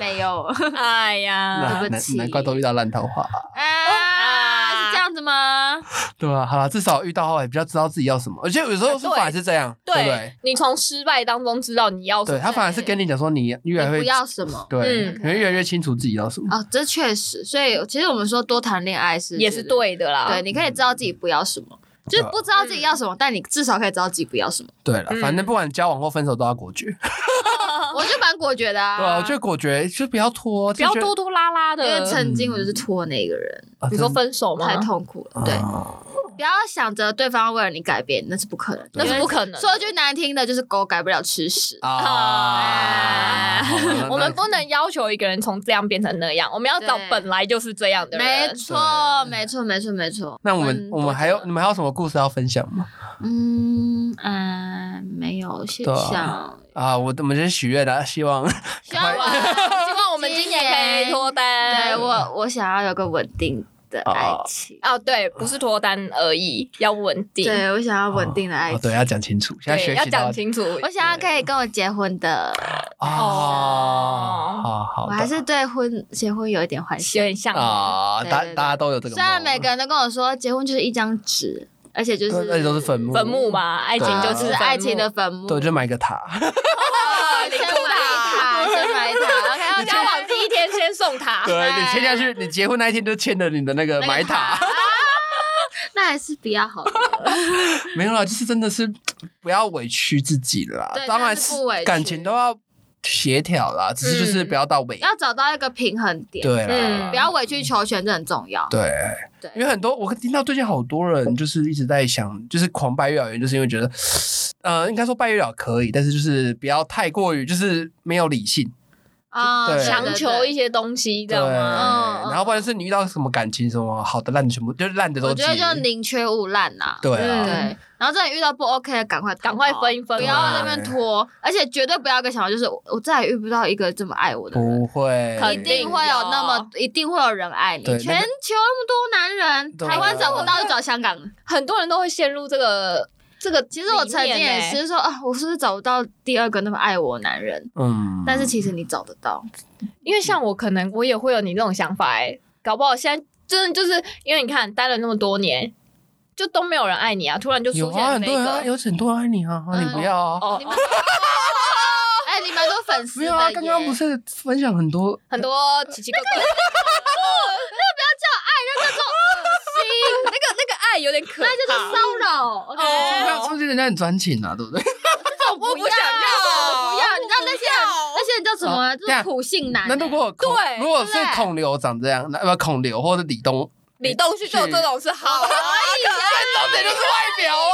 Speaker 2: 没有
Speaker 3: 哎呀，
Speaker 1: 那
Speaker 2: 对不
Speaker 1: 难
Speaker 2: 起
Speaker 1: 难怪都遇到烂桃花。
Speaker 2: 啊，是这样子吗？
Speaker 1: 对啊，好了，至少遇到后也比较知道自己要什么，而且有时候是
Speaker 3: 啊对
Speaker 1: 反而是这样，对不对
Speaker 3: 对？你从失败当中知道你要什
Speaker 1: 对
Speaker 3: 么。
Speaker 1: 他反而是跟你讲说你越来
Speaker 2: 你
Speaker 1: 越
Speaker 2: 不要什么？
Speaker 1: 对，
Speaker 3: 嗯
Speaker 1: 你会越来越清楚自己要什么。
Speaker 2: 哦，这确实，所以其实我们说多谈恋爱是
Speaker 3: 也是，对的啦。
Speaker 2: 对，啊你可以知道自己不要什么，就是不知道自己要什么，但你至少可以知道自己不要什么。
Speaker 1: 对了，
Speaker 3: 嗯
Speaker 1: 反正不管交往或分手都要果决。
Speaker 2: 我就蛮果决的啊，
Speaker 1: 对啊，我觉得果决就不要拖，
Speaker 3: 不要
Speaker 1: 就觉得嗯
Speaker 3: 拖拖拉拉
Speaker 2: 因为
Speaker 3: 的。
Speaker 2: 曾经我就是拖那个人，
Speaker 1: 啊
Speaker 3: 你说
Speaker 1: 真
Speaker 3: 分手吗
Speaker 2: 太？痛苦了。对，
Speaker 1: 啊
Speaker 2: 不要想着对方为了你改变，那是不可能的，
Speaker 3: 那是不可能的。
Speaker 2: 说句难听的，就是狗改不了吃屎。
Speaker 1: 啊！好了那
Speaker 3: 我们不能要求一个人从这样变成那样，我们要找
Speaker 2: 对
Speaker 3: 本来就是这样的
Speaker 2: 没
Speaker 3: 人。
Speaker 2: 错，没错，没错，没错。
Speaker 1: 那我们我们还有你们还有什么故事要分享吗？
Speaker 2: 嗯嗯，没有，先
Speaker 1: 对啊
Speaker 2: 想
Speaker 1: 啊，我我们先许愿啦，希望
Speaker 2: 希望我
Speaker 1: 啊哎
Speaker 3: 希望我们今年可以脱单。
Speaker 2: 对我我想要有个稳定的爱情，
Speaker 3: 啊，对，不是脱单而已，要稳定。
Speaker 2: 对我想要稳定的爱
Speaker 1: 哦
Speaker 2: 情，
Speaker 1: 对，要讲清楚，现在
Speaker 3: 对，
Speaker 1: 学
Speaker 3: 要
Speaker 1: 习到
Speaker 3: 讲清楚。
Speaker 2: 我想要可以跟我结婚的，
Speaker 1: 啊，
Speaker 3: 哦
Speaker 1: 好好
Speaker 2: 我
Speaker 1: 的，
Speaker 2: 还是对婚结婚有一点幻
Speaker 3: 有
Speaker 2: 想。
Speaker 3: 点像
Speaker 1: 啊，
Speaker 2: 对
Speaker 1: 大
Speaker 2: 对对
Speaker 1: 大家都有这个梦，
Speaker 2: 虽然每个人都跟我说结婚就是一张纸，而且就
Speaker 1: 对
Speaker 2: 是
Speaker 1: 而且都是坟墓，
Speaker 3: 坟墓，嘛，爱情就
Speaker 1: 对
Speaker 2: 对
Speaker 1: 啊
Speaker 2: 就是
Speaker 3: 是
Speaker 2: 爱情的坟墓，
Speaker 1: 对，就买个塔，
Speaker 3: 啊，
Speaker 2: 先
Speaker 3: 灵
Speaker 2: 买
Speaker 3: 骨塔。
Speaker 2: 塔，先买 塔，OK，
Speaker 3: 要交往第一天先送塔，
Speaker 1: 对你签下去，你结婚那一天就签了你的那个买塔，
Speaker 2: 那还是比较好的。
Speaker 1: 没有啦，就是真的是不要委屈自己啦
Speaker 2: 对，
Speaker 1: 当然
Speaker 2: 但是不委屈
Speaker 1: 感情都要协调啦，只是就是
Speaker 3: 嗯
Speaker 1: 不要到委，
Speaker 2: 要找到一个平衡点，
Speaker 1: 对啦
Speaker 3: 嗯，
Speaker 2: 不要委曲求全，这很重要。
Speaker 1: 对，
Speaker 2: 对
Speaker 1: 因为很多我听到最近好多人就是一直在想，就是狂拜月老园，就是因为觉得， 呃，应该说拜月老可以，但是就是不要太过于就是没有理性，
Speaker 2: 啊，
Speaker 1: 对
Speaker 3: 强求一
Speaker 2: 些。
Speaker 3: 些东西，知
Speaker 1: 对，
Speaker 3: 道吗？
Speaker 2: 嗯嗯
Speaker 1: 然后不然是你遇到什么感情什么好的烂的全部就是烂的都
Speaker 2: 我
Speaker 1: 记，
Speaker 2: 觉得就宁缺毋滥呐。
Speaker 1: 对啊，
Speaker 3: 嗯
Speaker 2: 对，然后真的遇到不 OK 的，赶快逃
Speaker 3: 赶快分，一分，
Speaker 2: 不要在那边拖，而且绝对不要有一个想法，就是我我再也遇不到一个这么爱我的人。
Speaker 1: 不会，
Speaker 2: 一定会有那么，一定会有人爱你。
Speaker 1: 对
Speaker 2: 全球那么多男人，
Speaker 1: 对
Speaker 2: 台湾找不到就找香港。
Speaker 3: 很多人都会陷入这个这个。
Speaker 2: 其实我曾经
Speaker 3: 欸
Speaker 2: 也是说啊，我是不是找不到第二个那么爱我的男人？
Speaker 1: 嗯，
Speaker 2: 但是其实你找得到，
Speaker 3: 因为像我，可能我也会有你这种想法哎、搞不好现在真的就是因为你看待了那么多年，就都没有人爱你啊，突然就
Speaker 1: 有
Speaker 3: 出现
Speaker 1: 啊，
Speaker 3: 了
Speaker 1: 很
Speaker 3: 那
Speaker 1: 多人啊
Speaker 3: 个。
Speaker 1: 有很多人爱你啊，啊
Speaker 2: 嗯
Speaker 1: 你不要啊，
Speaker 3: 哦
Speaker 2: 你，们
Speaker 3: 哦
Speaker 2: 哎，你蛮多粉丝
Speaker 1: 没
Speaker 2: 的耶。
Speaker 1: 有啊，刚刚不是分享很多
Speaker 3: 很多奇奇怪怪的。哦那个不要叫爱，那叫做恶心。那个那个爱有点可怕，
Speaker 2: 那就是骚扰。OK，
Speaker 3: 哦
Speaker 1: 那出去人家很专情啊，对不对？
Speaker 3: 我不想
Speaker 2: 我
Speaker 3: 要，
Speaker 2: 不要，你知道那些人，那些人叫什么？就
Speaker 1: 哦等一
Speaker 2: 是
Speaker 1: 下
Speaker 2: 普信男欸。
Speaker 1: 那如果孔
Speaker 3: 对
Speaker 1: 如果是
Speaker 2: 对不对
Speaker 1: 孔刘长这样，那呃不孔刘或者李东，
Speaker 3: 李栋旭做这种事好
Speaker 2: 哎
Speaker 3: 啊，
Speaker 1: 重点就是外表啊，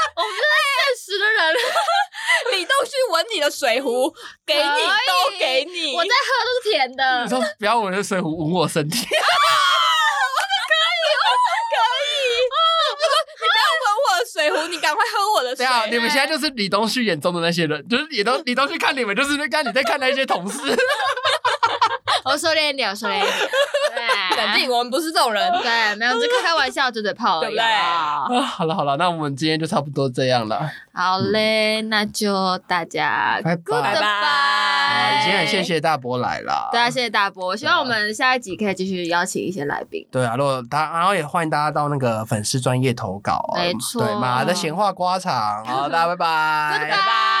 Speaker 2: 现实的人，
Speaker 3: 李栋旭闻你的水壶，给你都给你，
Speaker 2: 我在喝都是甜
Speaker 1: 你
Speaker 2: 的。
Speaker 1: 说不要我的水壶，吻我身体，
Speaker 3: 不要闻我的水壶，你赶快喝我的
Speaker 1: 对
Speaker 3: 水。
Speaker 1: 啊，你们现在就是李东旭眼中的那些人，就是李东李东旭看你们，就是看你在看那些同事，
Speaker 2: 我收敛一点，我收敛一点。
Speaker 3: 冷
Speaker 2: 对，
Speaker 3: 静，我们不是这种人。
Speaker 2: 对，没有，只开开玩笑，嘴嘴炮而已。
Speaker 3: 对不对
Speaker 2: 好不好
Speaker 1: 啊，好了好了，那我们今天就差不多这样了。
Speaker 2: 好嘞，那就大家
Speaker 1: 拜拜
Speaker 2: goodbye
Speaker 1: 拜
Speaker 3: 拜
Speaker 1: 啊，今天很谢谢大波来啦。
Speaker 2: 对啊，谢谢大波，希望我们下一集可以继续邀请一些来宾。
Speaker 1: 对啊，如果大然后也欢迎大家到那个粉丝专业投稿哦，
Speaker 2: 没错
Speaker 1: 对马的闲话瓜场，好，大家拜拜，
Speaker 2: Goodbye